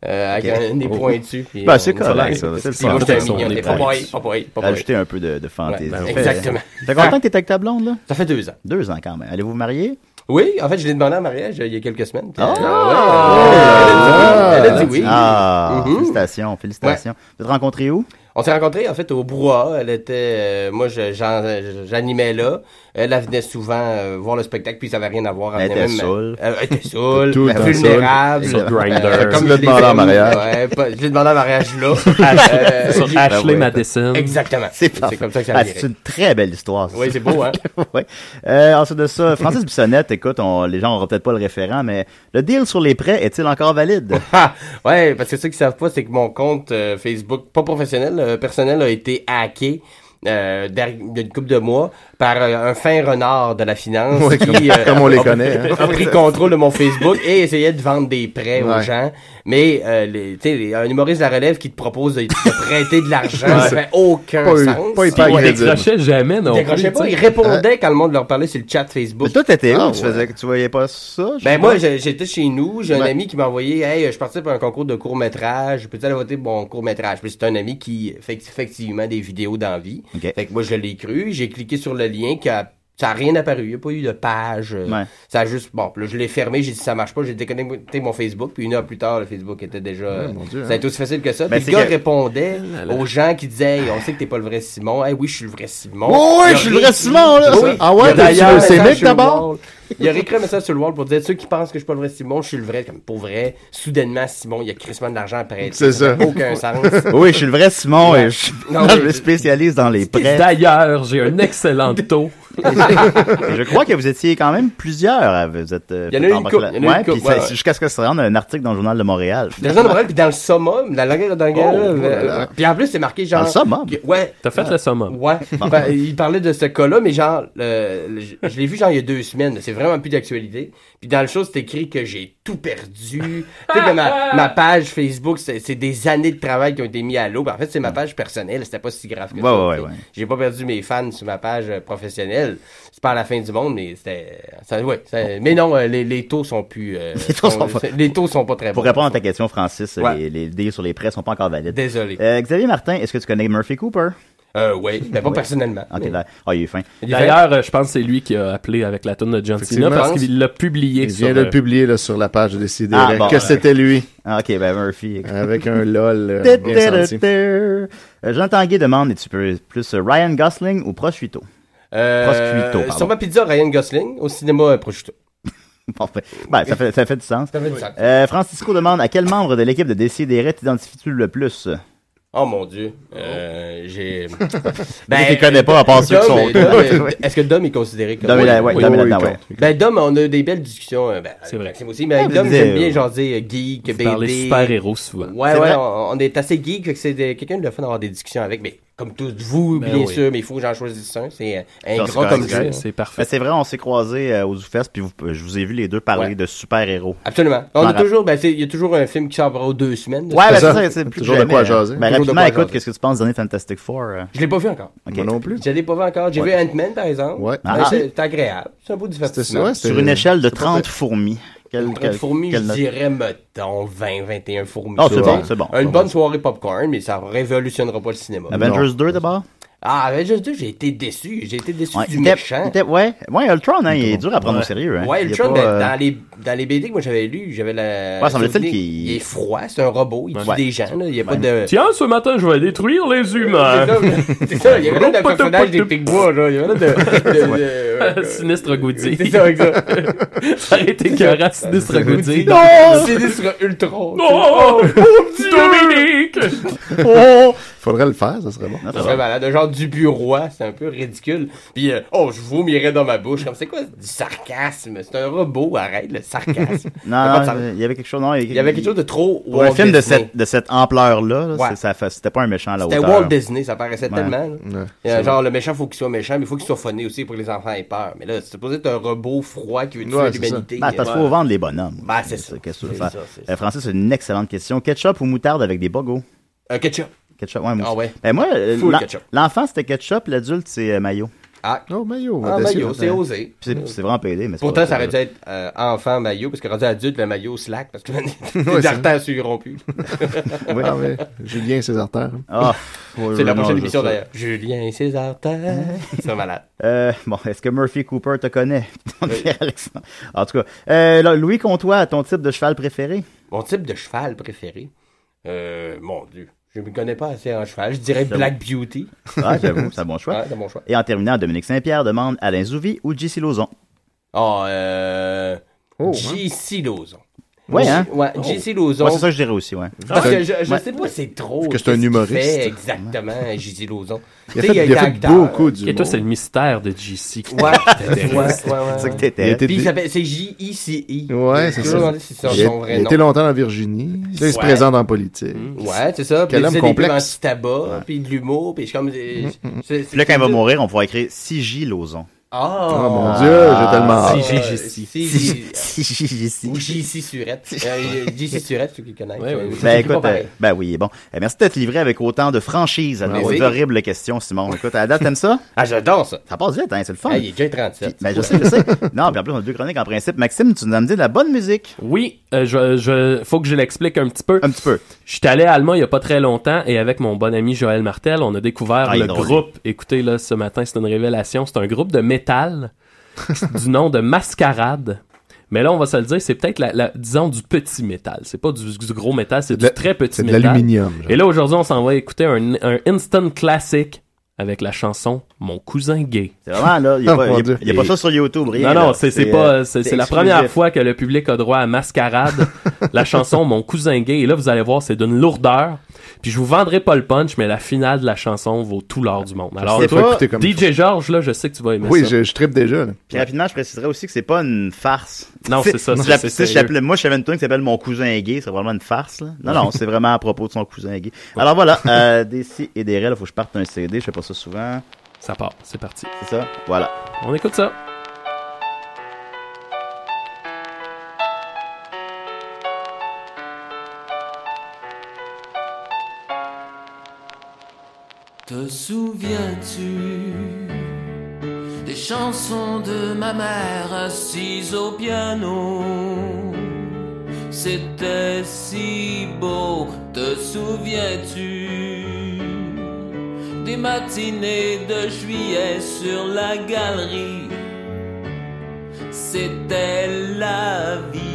J: euh, avec
I: Ok.
J: un nez
I: Oh.
J: pointu. puis,
G: Ben,
J: euh,
G: c'est
J: on
G: correct,
J: s'en
G: ça.
J: allait.
G: C'est le
J: Puis moi,
G: fun.
J: j'étais un
G: Son
J: mignon,
G: nez
J: t'es pas
G: pointu.
J: boy, pas boy, pas boy.
G: Ajouter un peu de, de fantaisie.
J: Ouais, exactement. Ah.
G: T'es content que t'es avec ta blonde, là?
J: Ça fait deux ans.
G: Deux ans, quand même. Allez-vous vous marier?
J: Oui, en fait, je l'ai demandé en mariage euh, il y a quelques semaines. puis,
G: Ah!
J: euh, ouais, Elle a dit oui. Elle a dit oui.
G: Ah,
J: Mhm.
G: félicitations, félicitations. Vous êtes rencontrés où?
J: On s'est rencontrés en fait au Brouhaha. Elle était, euh, moi, je- j'en- j'animais là. Elle, elle venait souvent euh, voir le spectacle, puis ça n'avait rien à voir.
G: Elle
J: venait euh,
G: était saoule.
J: Elle, elle était saoule,
G: Tout le temps
J: vulnérable.
G: saoule. Sur
J: Euh,
G: Grindr. Tu
J: je
G: l'as
J: l'ai
G: demandé en
J: fait,
G: mariage.
J: ouais, pas- je l'ai demandé en mariage là. Euh,
I: Sur
J: j'ai-
I: Ashley Madison.
J: Exactement.
G: Ben C'est
J: C'est comme ça que ça
G: Ah,
J: a
G: C'est une très belle histoire. ça.
J: Oui, c'est beau, hein?
G: ouais. Euh, ensuite de ça, Francis Bissonnette, écoute, on- les gens n'auront peut-être pas le référent, mais le deal sur les prêts est-il encore valide?
J: ouais, parce que ceux qui savent pas, c'est que mon compte euh, Facebook, pas professionnel, euh, personnel, a été hacké. Euh, derri- il y a une couple de mois par euh, un fin renard de la finance
H: Ouais,
J: qui euh,
H: comme- comme on les
J: a-
H: connaît, hein.
J: a pris contrôle de mon Facebook et essayait de vendre des prêts aux
H: Ouais.
J: gens mais euh, les- tu sais, les- un humoriste de la relève qui te propose de, de prêter de l'argent
I: Ouais,
J: ça
I: c'est
J: fait aucun
I: pas-
J: sens
I: pas hyper Puis il crédible. décrochait jamais non
J: Il décrochait
I: plus,
J: pas
I: tu sais.
J: il répondait quand le monde leur parlait sur le chat Facebook
G: Mais toi, t'étais où?
J: Ah,
G: Tu,
J: ouais.
G: faisais, tu voyais pas ça? je sais
J: Ben
G: pas?
J: moi j'ai- j'étais chez nous, j'ai un
G: Ouais.
J: ami qui m'a envoyé Hey, je participe à un concours de court métrage, peux-tu aller voter pour mon court métrage? Puis c'est un ami qui fait effectivement des vidéos d'envie. Fait que moi je l'ai cru, j'ai cliqué sur le lien qui a- ça n'a rien apparu, il n'y a pas eu de page. euh,
G: Ouais.
J: Ça a juste. Bon, puis là, je l'ai fermé, j'ai dit ça marche pas, j'ai déconnecté mon Facebook, puis une heure plus tard, le Facebook était déjà. euh,
H: mon Dieu,
J: ça a
H: hein.
J: été aussi facile que ça.
H: Ben,
J: puis
H: c'est
J: le gars
H: que- Ah
J: répondait aux gens qui disaient Hey, on sait que t'es pas le vrai Simon. Hey, oui, je suis le vrai Simon.
H: Oh, ouais,
J: Il a
H: je suis le vrai
J: réécrit-
H: Simon, là.
J: Oui.
H: Ah ouais,
J: Il a
H: t'as
J: réécrit un
H: tué ces
J: message
H: mecs
J: sur le
H: d'abord?
J: wall. Il a réécrit un message sur le wall pour dire ceux qui pensent que je suis pas le vrai Simon, je suis le vrai. Comme pour vrai, soudainement, Simon, il y a crissement de l'argent après.
G: C'est ça. Oh.
J: n'a Aucun sens.
G: oui, je suis le vrai Simon et je,
J: Non,
G: je
J: mais-
G: me spécialise dans les prêts.
I: D'ailleurs, j'ai un excellent taux
G: Et je crois que vous étiez quand même plusieurs. à- Vous êtes. euh,
J: Il y en a eu
G: en
J: une
G: partie
J: couple,
G: là-
J: il y en a eu une
G: Ouais, puis
J: couple, ouais,
G: ça-
J: ouais.
G: jusqu'à ce que ça rende un article dans le journal de Montréal.
J: Dans le Montréal, puis dans le summum, dans la guerre dans la guerre,
G: Oh,
J: euh,
G: oh là là.
J: Puis en plus, c'est marqué genre.
G: Dans le summum?
J: que- Ouais.
I: T'as fait
J: Ouais.
I: le summum.
J: Ouais. Ben, il parlait de ce cas-là, mais genre, euh, le- je, je l'ai vu genre il y a deux semaines. C'est vraiment plus d'actualité. Puis dans le show, c'est écrit que j'ai tout perdu. tu sais, que ma, ma page Facebook, c'est c'est des années de travail qui ont été mis à l'eau. Ben, en fait, c'est ma page personnelle. C'était pas si grave que
G: Ouais,
J: ça.
G: ouais,
J: tu sais.
G: ouais, ouais.
J: J'ai pas perdu mes fans sur ma page euh, professionnelle. C'est pas à la fin du monde, mais c'était. ça- ouais, ça- mais non, euh, les, les taux sont plus. euh,
G: Les taux sont pas-
J: les taux sont pas très
G: Pour
J: bons.
G: répondre à ta question, Francis,
J: Ouais.
G: les, les dés sur les prêts sont pas encore valides.
J: Désolé.
G: Euh, Xavier Martin, est-ce que tu connais Murphy Cooper?
J: Euh, oui, mais pas
G: Ouais.
J: personnellement.
G: Ok,
J: Mais-
G: là- Ah, il est fin.
I: D'ailleurs, euh, je pense que c'est lui qui a appelé avec la tune de John Cena
H: Effectivement.
I: parce qu'il l'a publié.
H: Il vient
I: sur,
H: de
I: euh,
H: le publier là, sur la page de Décider
G: Ah, bon,
H: que
G: ouais.
H: c'était lui.
G: Ah, Ok, ben Murphy.
H: Avec un lol euh, bien senti.
G: Euh, Jonathan Guy demande tu peux plus euh, Ryan Gosling ou Prosciutto
J: Euh,
G: Prosciutto, pardon.
J: sur ma pizza, Ryan Gosling. Au cinéma, euh, prosciutto.
G: Parfait. Ben, ça, fait, ça fait du sens.
J: Ça fait du sens.
G: Euh, Francisco demande à quel membre de l'équipe de Décideret t'identifies-tu le plus
J: Oh mon dieu. Euh, j'ai. Ben,
G: Je les connais pas, à part ceux qui
J: Dom
G: sont
J: est-
G: là.
J: Dom est- Est-ce que Dom est considéré comme.
G: Dom est là- ouais, Dom est là-dedans, ouais.
J: Ben, Dom, on a eu des belles discussions. euh, Ben, c'est vrai. aussi, mais avec
G: Ouais,
J: Dom,
G: vous
J: j'aime
G: disiez,
J: bien,
G: euh,
J: genre, dire geek,
I: Vous
J: BD.
I: parlez super-héros souvent.
J: Ouais,
I: C'est
J: ouais,
I: vrai.
J: on, on est assez geek, fait que c'est des- quelqu'un de fun d'avoir des discussions avec, mais comme tous vous,
I: Ben
J: bien
I: oui.
J: sûr, mais il faut que j'en choisisse un. C'est euh,
G: Non,
J: ingrat
G: correct,
J: comme
G: correct.
J: jeu.
G: Ben, c'est vrai, on s'est croisés euh, aux Oufesses, puis vous- je vous ai vu les deux parler
J: Ouais.
G: de super-héros.
J: Absolument. On a
G: Dans la-
J: toujours, ben, c'est- il y a toujours un film qui sort aux deux semaines.
G: Ouais, ben, c'est ça, c'est plus jamais, hein. Ben,
J: Toujours de
G: rapidement,
J: quoi
G: écoute,
J: jaser.
G: qu'est-ce que tu penses de l'année Fantastic Four euh?
J: Je l'ai pas vu encore.
G: Ok.
J: Je l'ai pas vu encore. J'ai
G: Ouais.
J: vu Ant-Man, par exemple.
G: Ouais.
J: Ben,
G: Ah.
J: c'est c'est agréable. C'est un beau divertissement.
G: Sur une échelle de 30 fourmis. Quelle,
J: Entre
G: quelle-
J: fourmis,
G: quelle
J: je
G: note?
J: dirais, mettons, 20, 21 fourmis.
G: Ah, c'est
J: Tu
G: bon,
J: sais,
G: c'est bon. ben
J: Une bonne soirée popcorn, mais ça révolutionnera pas le cinéma.
G: Avengers 2 d'abord?
J: Ah, Avengers 2, j'ai été déçu. J'ai été déçu
G: Ouais,
J: du
G: il était-
J: méchant.
G: il était- ouais, ouais, Ultron, hein, il est dur à prendre au sérieux. Hein.
J: Ouais,
G: Il est
J: Ultron,
G: pas,
J: ben,
G: euh,
J: dans, les, dans les BD que moi j'avais lu, j'avais la.
G: Ouais, semble-t-il
J: souvenir-
G: qu'il-
J: Il est froid, c'est un robot, il tue
I: Ouais.
J: des gens, là, il n'y a pas de.
I: Tiens, ce matin, je vais détruire les humains.
J: C'est ça, c'est ça, il y avait l'air d'un personnage des Pigbois, là. Il y avait l'air de. de- de- ouais,
I: Sinistre Goody.
J: C'est ça, exact.
I: Ça aurait été écœurant, Sinistre Goody.
G: Oh!
J: Non! Sinistre Ultron.
I: Non! Oh, Dominique!
H: Oh! Faudrait le faire, ça serait bon.
J: Ça serait malade. Un genre du bureau, c'est un peu ridicule. Puis, euh, oh, je vomirais dans ma bouche. Comme, c'est quoi du sarcasme? C'est un robot, arrête le sarcasme.
G: Non,
J: Y'a pas de
G: non,
J: sarcasme.
G: il y avait quelque chose. Non,
J: Il y avait quelque chose de trop
G: Pour un
J: Walt
G: film de
J: Disney.
G: cette, de cette ampleur-là, là,
J: Ouais.
G: c'est- ça fait- c'était pas un méchant à la
J: C'était
G: hauteur.
J: Walt Disney, ça paraissait
G: Ouais.
J: tellement. là.
G: Ouais,
J: Et, euh,
G: c'est
J: genre, le méchant, faut qu'il soit méchant, mais il faut qu'il soit funné aussi pour que les enfants aient peur. Mais là, c'est supposé être un robot froid qui veut tuer
G: Ouais, c'est ça.
J: l'humanité.
G: Ben, c'est parce qu'il faut
J: Ouais.
G: vendre les bonhommes.
J: Ben, c'est ça.
G: Qu'est-ce que tu veux
J: C'est
G: faire?
J: ça, c'est
G: Euh, Francis, une excellente question. Ketchup ou moutarde avec des bogos?
J: Un ketchup.
G: Ketchup, ouais, moi
J: Ah
G: aussi.
J: ouais.
G: Ben, moi, euh,
J: Full
G: l'en-
J: ketchup.
G: l'enfant, c'était ketchup, l'adulte, c'est euh, mayo.
J: Ah,
H: non, maillot.
J: Ah,
G: Audacieux,
J: maillot,
G: ça.
J: c'est osé.
G: Puis C'est c'est vraiment pédé, mais c'est
J: Euh. Pourtant,
G: pas-
J: ça aurait dû être euh, enfant maillot, parce que rendu adulte, le maillot slack, parce que
H: Ouais,
J: les
H: c'est-
J: artères suivront plus.
H: Ah ouais, Julien et ses artères.
G: Ah,
J: c'est la
G: non,
J: prochaine
G: je
J: émission
G: sais.
J: d'ailleurs. Julien et ses artères. c'est malade.
G: Euh, bon, est-ce que Murphy Cooper te connaît? Alexandre. en tout cas, euh, là, Louis Comtois, ton type de cheval préféré?
J: Mon type de cheval préféré. Euh, mon Dieu. Je me connais pas assez en cheval. Je dirais Black Beauty.
G: Ah, j'avoue, c'est un bon choix.
J: Ouais, c'est un bon choix.
G: Et en terminant, Dominique Saint-Pierre demande Alain Zouvi ou JC Lauzon?
J: Ah, euh.
G: Oh,
J: JC Lauzon.
G: Ouais, hein?
J: Ouais,
G: Oh.
J: JC Lauzon.
G: Ouais, c'est ça que je dirais aussi, ouais.
J: Parce
G: C'est-
J: que je, je
G: ouais.
J: sais pas, c'est trop.
G: Parce que c'est un
J: qu'est-ce qu'il
G: humoriste.
J: fait exactement, J.C.
H: Il
J: Lauzon.
H: a
J: Tu
H: fait-
J: sais,
H: il a
J: été
H: fait
J: acteur.
H: beaucoup d'humour.
I: Et toi, c'est le mystère de JC.
J: Ouais, ouais, ouais, ouais.
H: C'est ça qui t'intéresse.
J: Puis il
H: Il a été-
J: s'appelle- c'est J-I-C-I.
H: Ouais, c'est
J: Je me
H: ça.
J: demandais si c'est son
H: Il a-
J: vrai
H: il
J: nom.
H: était longtemps en Virginie. Là, il se
J: Ouais.
H: présente en politique.
J: Ouais, c'est ça. Puis
H: Quel
J: il
H: homme
J: faisait des pubs
H: complexe.
J: anti-tabac, puis de l'humour, puis je suis comme... euh, c'est- c'est-
G: Mm, Puis là, quand il va mourir, on pourra écrire 6J Lauzon.
J: Ah! euh,
H: Oh, mon Dieu, j'ai tellement hâte.
G: 6J,
J: Ou J.C. Surette. Euh, J.C. Surette, ceux qui connaissent.
I: Ouais, ouais, ouais.
G: Ben
J: Ça, c'est pas
G: écoute, euh,
J: pareil.
G: ben oui, bon. Euh, merci d'être livré avec autant de franchise à
J: Ben
G: nos
J: oui.
G: horribles questions, Simon. Écoute, à la date, t'aimes ça?
J: Ah, j'adore ça.
G: Ça passe vite, hein, c'est le fun.
J: Ah, il est déjà 37.
G: Ben je sais, je sais. Non, puis en plus, on a deux chroniques en principe. Maxime, tu nous as amené de la bonne musique.
I: Oui, euh, je, je- faut que je l'explique un petit peu. Un
G: petit peu.
I: Je suis allé à Allemand il y a pas très longtemps et avec mon bon ami Joël Martel, on a découvert
G: Ah, il est
I: le
G: drôle.
I: groupe. Écoutez, là, ce matin, c'est une révélation. C'est un groupe de métal du nom de Mascarade. Mais là, on va se le dire, c'est peut-être, la, la- disons, du petit métal. C'est pas du, du gros métal, c'est du très petit
H: c'est de
I: métal.
H: l'aluminium, genre.
I: Et là, aujourd'hui, on s'en va écouter un, un instant classique avec la chanson Mon cousin gay.
G: C'est vraiment, là, il n'y a,
I: Ah,
G: pas-
I: mon
G: il y a-
I: Dieu.
G: il y a pas ça sur YouTube. rien,
I: Non, non,
G: là.
I: c'est c'est pas.
G: euh,
I: C'est c'est la première
G: exclusif.
I: fois que le public a droit à Mascarade, la chanson Mon cousin gay. Et là, vous allez voir, c'est d'une lourdeur. Puis je vous vendrai pas le punch, mais la finale de la chanson vaut tout l'or du monde. Alors,
H: sais
I: toi,
H: pas écouter comme
I: DJ George, là, je sais que tu vas aimer
H: Oui,
I: ça.
H: je, je tripe déjà. là.
G: Puis rapidement, je préciserais aussi que c'est pas une farce.
I: Non,
G: Tu sais,
I: c'est ça,
G: si
I: c'est-
G: la-
I: c'est
G: si je
I: sérieux.
G: l'appelais- Moi, je savais une tune qui s'appelle Mon cousin est gay, c'est vraiment une farce. Là. Non, non,
H: Ouais.
G: c'est vraiment à propos de son cousin est gay. Alors voilà, euh, des si et des rêves, faut que je parte un CD, je fais pas ça souvent.
I: Ça part, c'est parti.
G: C'est ça? Voilà.
I: On écoute ça.
L: Te souviens-tu des chansons de ma mère assise au piano C'était si beau, te souviens-tu des matinées de juillet sur la galerie C'était la vie.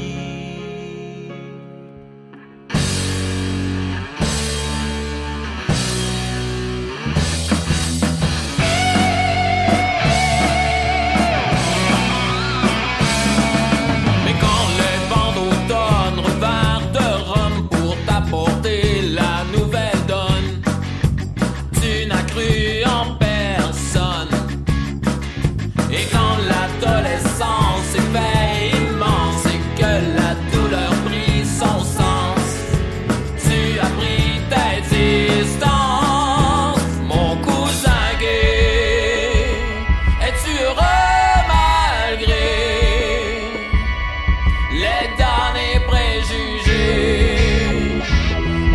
L: Mais quand les vents d'automne revinrent de Rome pour t'apporter la nouvelle donne, tu n'as cru en personne. Et quand l'adolescence éveille immense et que la douleur prit son sens, tu as pris ta distance, mon cousin gay. Es-tu heureux malgré les derniers préjugés.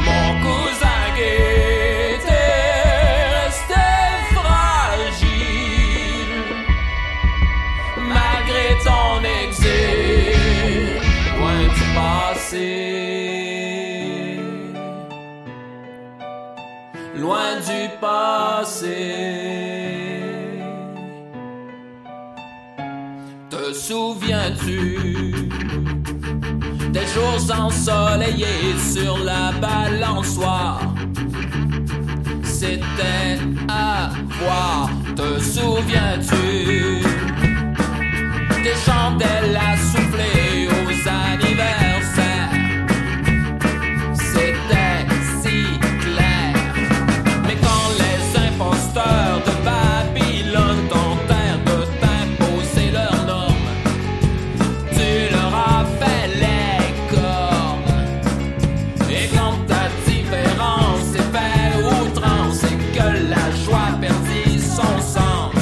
L: Mon cousin gay était resté fragile malgré ton exil, loin du passé, loin du passé. Te souviens-tu? des jours ensoleillés sur la balançoire. C'était à voir, te souviens-tu des chandelles à souffler aux anniversaires? C'était si clair. Mais quand les imposteurs de Babylone tentèrent de t'imposer leurs normes, tu leur as fait les cornes. Et quand ta différence est faite outrance et que la joie perdit son sens,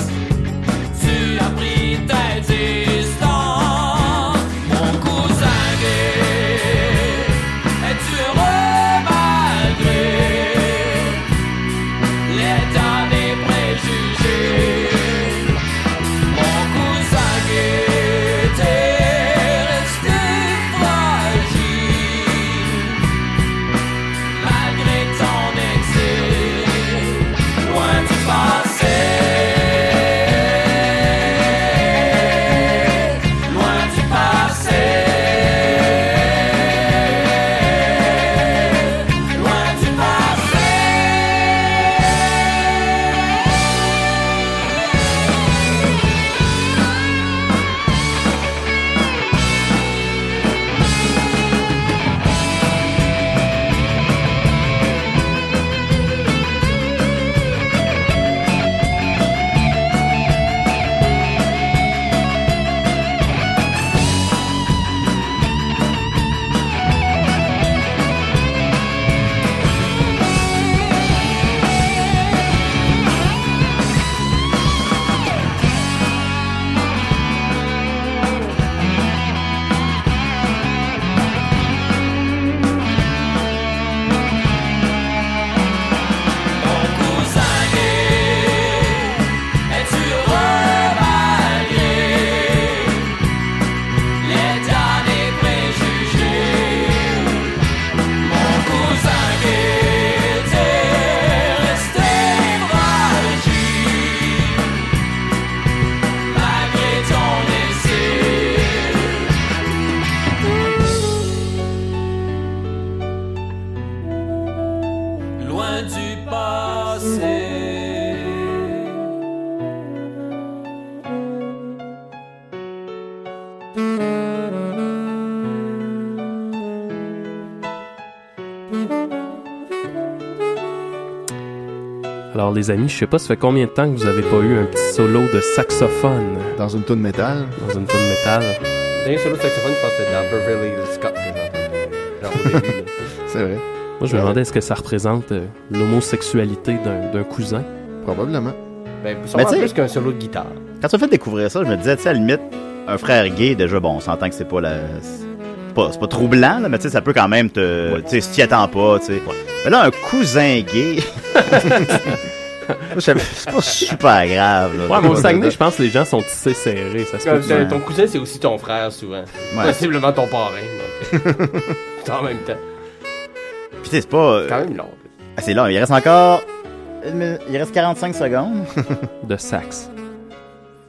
I: Alors les amis, je sais pas ça fait combien de temps que vous avez pas eu un petit solo de saxophone.
H: Dans une tonne métal.
I: Dans une tonne métal.
G: ben-
J: Dernier solo de saxophone, je pense que c'était dans Beverly Hills Cop que j'ai entendu. Genre au début. là.
H: C'est vrai.
I: Moi je me demandais est-ce que ça représente euh, l'homosexualité d'un d'un cousin.
H: Probablement.
J: Ben,
G: Mais
J: sûrement
G: tu sais-
J: plus qu'un solo de guitare.
G: Quand tu m'as fait découvrir ça, je me disais, tu sais, à la limite, un frère gay, déjà, bon, on s'entend que c'est pas la. C'est pas, c'est pas troublant, là, mais tu sais, ça peut quand même te. Tu sais, si tu y attends pas, tu sais. Mais là, un cousin gay. c'est pas super grave, là.
I: Ouais, mais au Saguenay, je pense que les gens sont tissés serrés. Ça se
J: Comme
I: peut.
J: c'est- Ton cousin, c'est aussi ton frère, souvent. Possiblement ton parrain. donc. C'est en même temps.
G: Puis tu sais, c'est pas. C'est
J: quand même long.
G: Ah, c'est long, il reste encore. une minute- Il reste 45 secondes.
I: de sax.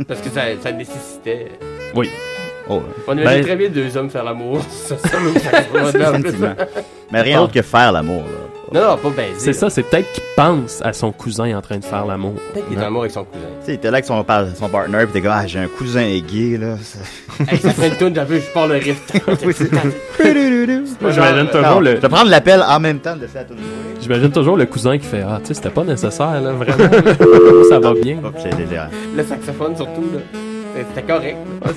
J: Parce que ça, ça nécessitait.
I: Oui.
G: Oh,
J: On imagine
G: ben,
J: très bien deux hommes faire l'amour. Ça, ça, ça,
G: Effectivement. Mais rien d'autre que faire l'amour, là.
J: Non, non, pas baiser.
I: C'est ça, c'est peut-être qu'il pense à son cousin en train de faire l'amour.
J: Peut-être qu'il est en amour avec son cousin.
G: Tu sais, t'es là avec son, par- son partner, pis t'es comme, ah, j'ai un cousin gay, là.
J: Hey, ça ferait une toune, j'avais, je pars le riff.
G: Moi,
I: j'imagine toujours le-
G: Je vais prendre l'appel en même temps de laisser la toune jouer.
I: J'imagine toujours le cousin qui fait Ah, tu sais, c'était pas nécessaire, là, vraiment. là. ça va bien.
G: Hop, j'ai déjà.
J: Le saxophone, surtout, là. C'est- C'était correct. là.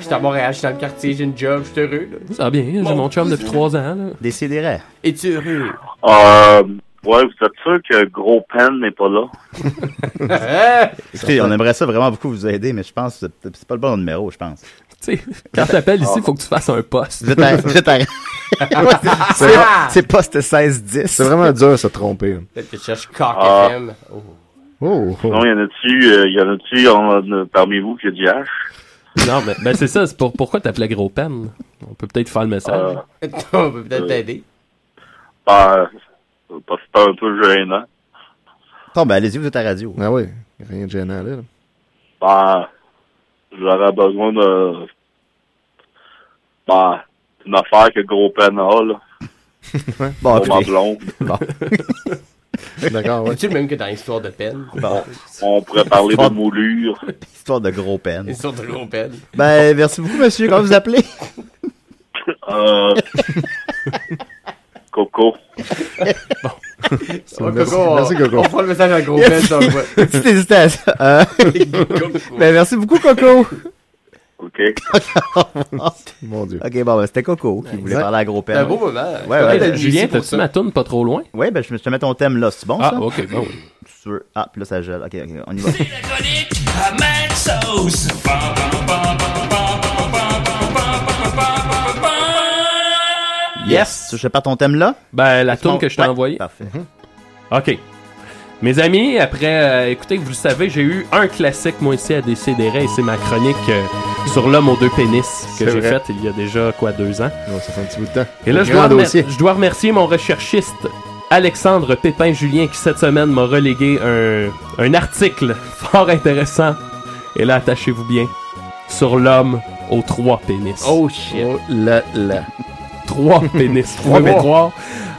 J: J'étais à Montréal, j'étais dans le quartier, j'ai une job, j'étais heureux. là.
I: Ça va bien, j'ai mon chum depuis trois ans. Là.
G: Décidérez.
J: Es-tu heureux?
M: Euh, ouais, vous êtes sûr que Gros Pen n'est pas là?
J: Hein?
G: Écoutez, on aimerait ça vraiment beaucoup vous aider, mais je pense que c'est c'est pas le bon numéro, je pense.
I: Tu sais, quand t'appelles ici, faut que tu fasses un poste.
G: Vous êtes à- vous êtes à- Ouais, c'est- c'est- C'est poste 16-10.
H: C'est vraiment dur se tromper. hein.
J: Peut-être que tu cherches Cock
M: Ah.
J: FM. Oh.
H: Oh, oh.
M: Non, y en a-tu, euh, y en a-tu en- en- parmi vous qui a du H?
I: Non, mais ben, c'est ça, c'est pour, pourquoi t'appelais Gros Pen On peut peut-être faire le message.
J: On peut peut-être t'aider.
M: Bah, parce que c'est un peu gênant.
G: Bon, ben allez-y, vous êtes à la radio.
H: Ah oui, rien de gênant là. là.
M: Bah, j'aurais besoin de, bah, une affaire que Gros Pen a, là.
G: Bon,
M: pour ma
G: écoutez.
M: blonde.
G: Bon.
H: D'accord,
J: C'est-tu le même que dans l'histoire de peine?
G: Bon.
M: On pourrait parler de
G: Histoire-
M: moulure.
G: Histoire de gros peine.
J: L'histoire de gros peine.
G: Ben, merci beaucoup, monsieur. Comment vous appelez?
M: Euh, Coco.
J: Bon, Coco, on- On prend le message à gros peine.
G: Merci.
J: ça, ouais.
G: Petite hésitation. Euh, ben, merci beaucoup, Coco.
M: OK.
H: Mon Dieu.
G: OK, bon, ben, c'était Coco qui voulait
I: Exact.
G: parler à gros père.
J: C'est un beau moment.
G: Ouais, ouais.
I: Hey, Julien, t'as-tu ma tourne pas trop loin
G: Ouais, ben, je me- je te mets ton thème là. C'est bon,
I: Ah,
G: ça?
I: ok, bon,
G: Si tu veux. Ah, puis là, ça gèle. OK, OK, on y va.
K: À Mad Sauce. Bam, bam, bam, bam, bam, bam, bam, bam, bam, bam, bam, bam, bam.
G: yes! Tu veux que Je pas ton thème là?
I: Ben, la tourne
G: bon?
I: que je t'ai
G: Ouais,
I: envoyée.
G: Parfait.
I: OK. Mes amis, après, euh, écoutez, vous le savez, j'ai eu un classique, moi, ici, à décider, et c'est ma chronique euh, sur l'homme aux deux pénis que
H: C'est
I: j'ai
H: vrai.
I: faite il y a déjà, quoi, deux ans.
H: Ouais, Oh, ça fait un petit bout de temps.
I: Et là, je dois,
H: Grand
I: remer-
H: dossier.
I: je dois remercier mon recherchiste Alexandre Pépin-Julien qui, cette semaine, m'a relégué un, un article fort intéressant. Et là, attachez-vous bien sur l'homme aux trois pénis.
J: Oh shit.
H: Oh là là.
I: Trois pénis, trois
G: Trois.
I: mémoires.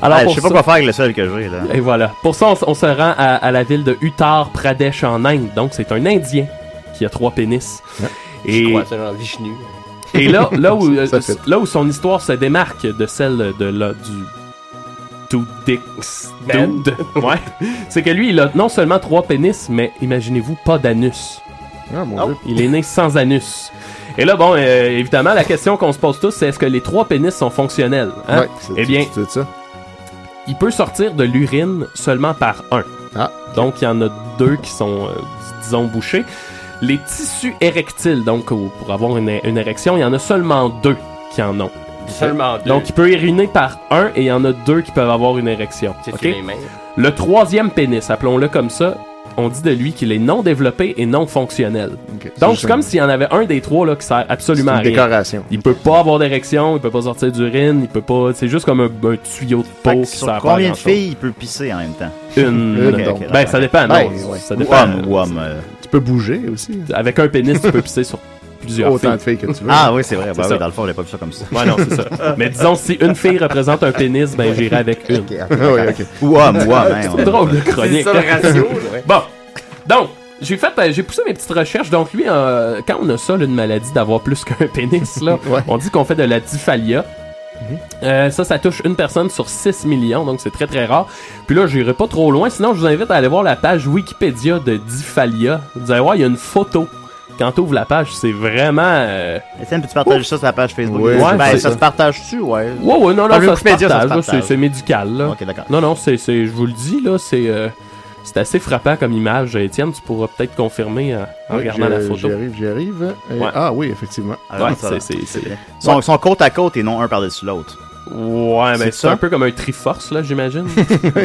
I: Alors,
G: Ouais,
I: pour
G: je sais pas
I: ça-
G: quoi faire avec le seul que j'ai, là.
I: et voilà. Pour ça, on, s- on se rend à, à la ville de Uttar Pradesh en Inde. Donc, c'est un Indien qui a trois pénis.
J: Je
I: Et,
J: crois que c'est dans Vishnu.
I: et là, là, où, euh,
H: Ça fait.
I: là où son histoire se démarque de celle de la- du Two Dicks
J: Man.
I: Dude, ouais, c'est que lui, il a non seulement trois pénis, mais imaginez-vous, pas d'anus.
H: Ah, mon Dieu.
I: Il est né sans anus. Et là, bon, euh, évidemment, la question qu'on se pose tous, c'est est-ce que les trois pénis sont fonctionnels? hein?
H: Ouais, c'est
I: eh bien,
H: tout- tout ça.
I: il peut sortir de l'urine seulement par un.
H: Ah.
I: Donc, il y en a deux qui sont, euh, dis- disons, bouchés. Les tissus érectiles, donc, au- pour avoir une, une érection, il y en a seulement deux qui en ont.
J: Seulement deux.
I: Donc, il peut uriner par un et il y en a deux qui peuvent avoir une érection.
J: c'est
I: ok?
J: les mains.
I: Le troisième pénis, appelons-le comme ça, on dit de lui qu'il est non développé et non fonctionnel.
H: Ok.
I: Donc,
H: juste
I: c'est comme
H: une-
I: s'il y en avait un des trois là, qui sert absolument à
H: une
I: rien.
H: décoration.
I: Il peut pas avoir d'érection, il peut pas sortir d'urine, il peut pas. C'est juste comme un, un tuyau de
G: Fait
I: peau
G: que
I: qui
G: sur
I: sert pas à
G: combien de
I: grand-chose.
G: filles il peut pisser en même temps?
I: Une.
H: Une, donc.
I: Ben, ça dépend, non.
H: Ouais, ouais.
I: Ça
G: Ou
I: dépend.
G: homme, ou homme. euh.
H: Tu peux bouger aussi. hein.
I: Avec un pénis, tu peux pisser sur plusieurs
H: Autant de
I: filles.
H: filles que tu veux.
G: Ah oui, c'est vrai. Bah
I: C'est
G: oui,
I: ça.
G: dans le fond, on n'a pas vu ça comme ça.
I: Ouais, non, c'est ça. Mais disons, si une fille représente un pénis, ben j'irai avec une.
H: oui, ok.
G: Ou homme, ou homme. hein, on-
I: C'est drôle de
J: C'est
I: chronique.
J: ça le ratio. là.
I: Bon. Donc, j'ai fait, euh, j'ai poussé mes petites recherches. Donc, lui, euh, quand on a ça, là, une maladie d'avoir plus qu'un pénis, là,
H: Ouais.
I: on dit qu'on fait de la dysphalia.
G: Mhm.
I: Euh, ça, ça touche une personne sur 6 millions, donc c'est très très rare. Puis là, j'irai pas trop loin, sinon je vous invite à aller voir la page Wikipédia de Difalia. Vous allez voir, il y a une photo. Quand tu la page, c'est vraiment. Euh...
G: Etienne, peux-tu partager ça sur la page Facebook?
I: Ouais,
G: Ben,
I: c'est
G: ça
I: ça.
G: se partage-tu, ouais?
I: Ouais, ouais, non, non,
G: Par
I: ça se
G: Ah, Wikipédia,
I: partage,
G: se
I: là, c'est-
G: partage.
I: c'est médical, là.
G: Ok, d'accord.
I: Non, non, c'est, c'est- je vous le dis, là, c'est, euh, c'est assez frappant comme image. euh, Étienne, tu pourras peut-être confirmer euh, en
H: Oui,
I: regardant
H: j'y-
I: la photo.
H: J'y arrive, j'y arrive. Et-
I: Ouais.
H: Ah oui, effectivement.
G: Alors,
I: Ouais,
G: ça,
I: c'est- c'est- c'est-
G: Ils sont, sont côte à côte et non un par-dessus l'autre.
I: Ouais, mais
G: C'est
I: c'est,
G: ça?
I: un peu comme un Triforce, là, j'imagine.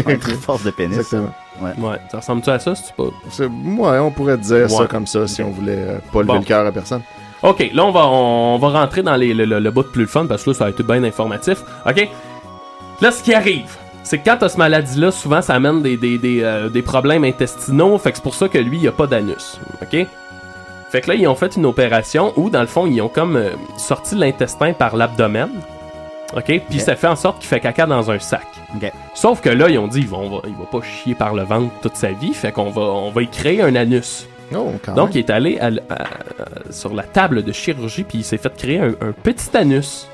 G: Un Triforce de pénis.
H: Exactement.
G: Ouais.
I: ouais. Ça ressemble-tu à ça, si tu pas?
H: C'est- Ouais, on pourrait dire ça
I: Ouais.
H: comme ça si on voulait euh, pas lever
I: Bon.
H: le cœur à personne.
I: OK, là, on va, on va rentrer dans les, le, le, le bout de plus le fun parce que là, ça a été bien informatif. OK? Là, ce qui arrive, c'est que quand t'as ce maladie-là, souvent, ça amène des, des, des, euh, des problèmes intestinaux. Fait que c'est pour ça que lui, il a pas d'anus. OK? Fait que là, ils ont fait une opération où, dans le fond, ils ont comme euh, sorti l'intestin par l'abdomen. OK? Puis ça fait en sorte qu'il fait caca dans un sac. Sauf que là, ils ont dit, ils vont, on va- il va pas chier par le ventre toute sa vie. Fait qu'on va, on va y créer un anus.
H: Oh, quand
I: Donc,
H: même.
I: il est allé à l- à- à- sur la table de chirurgie, puis il s'est fait créer un, un petit anus.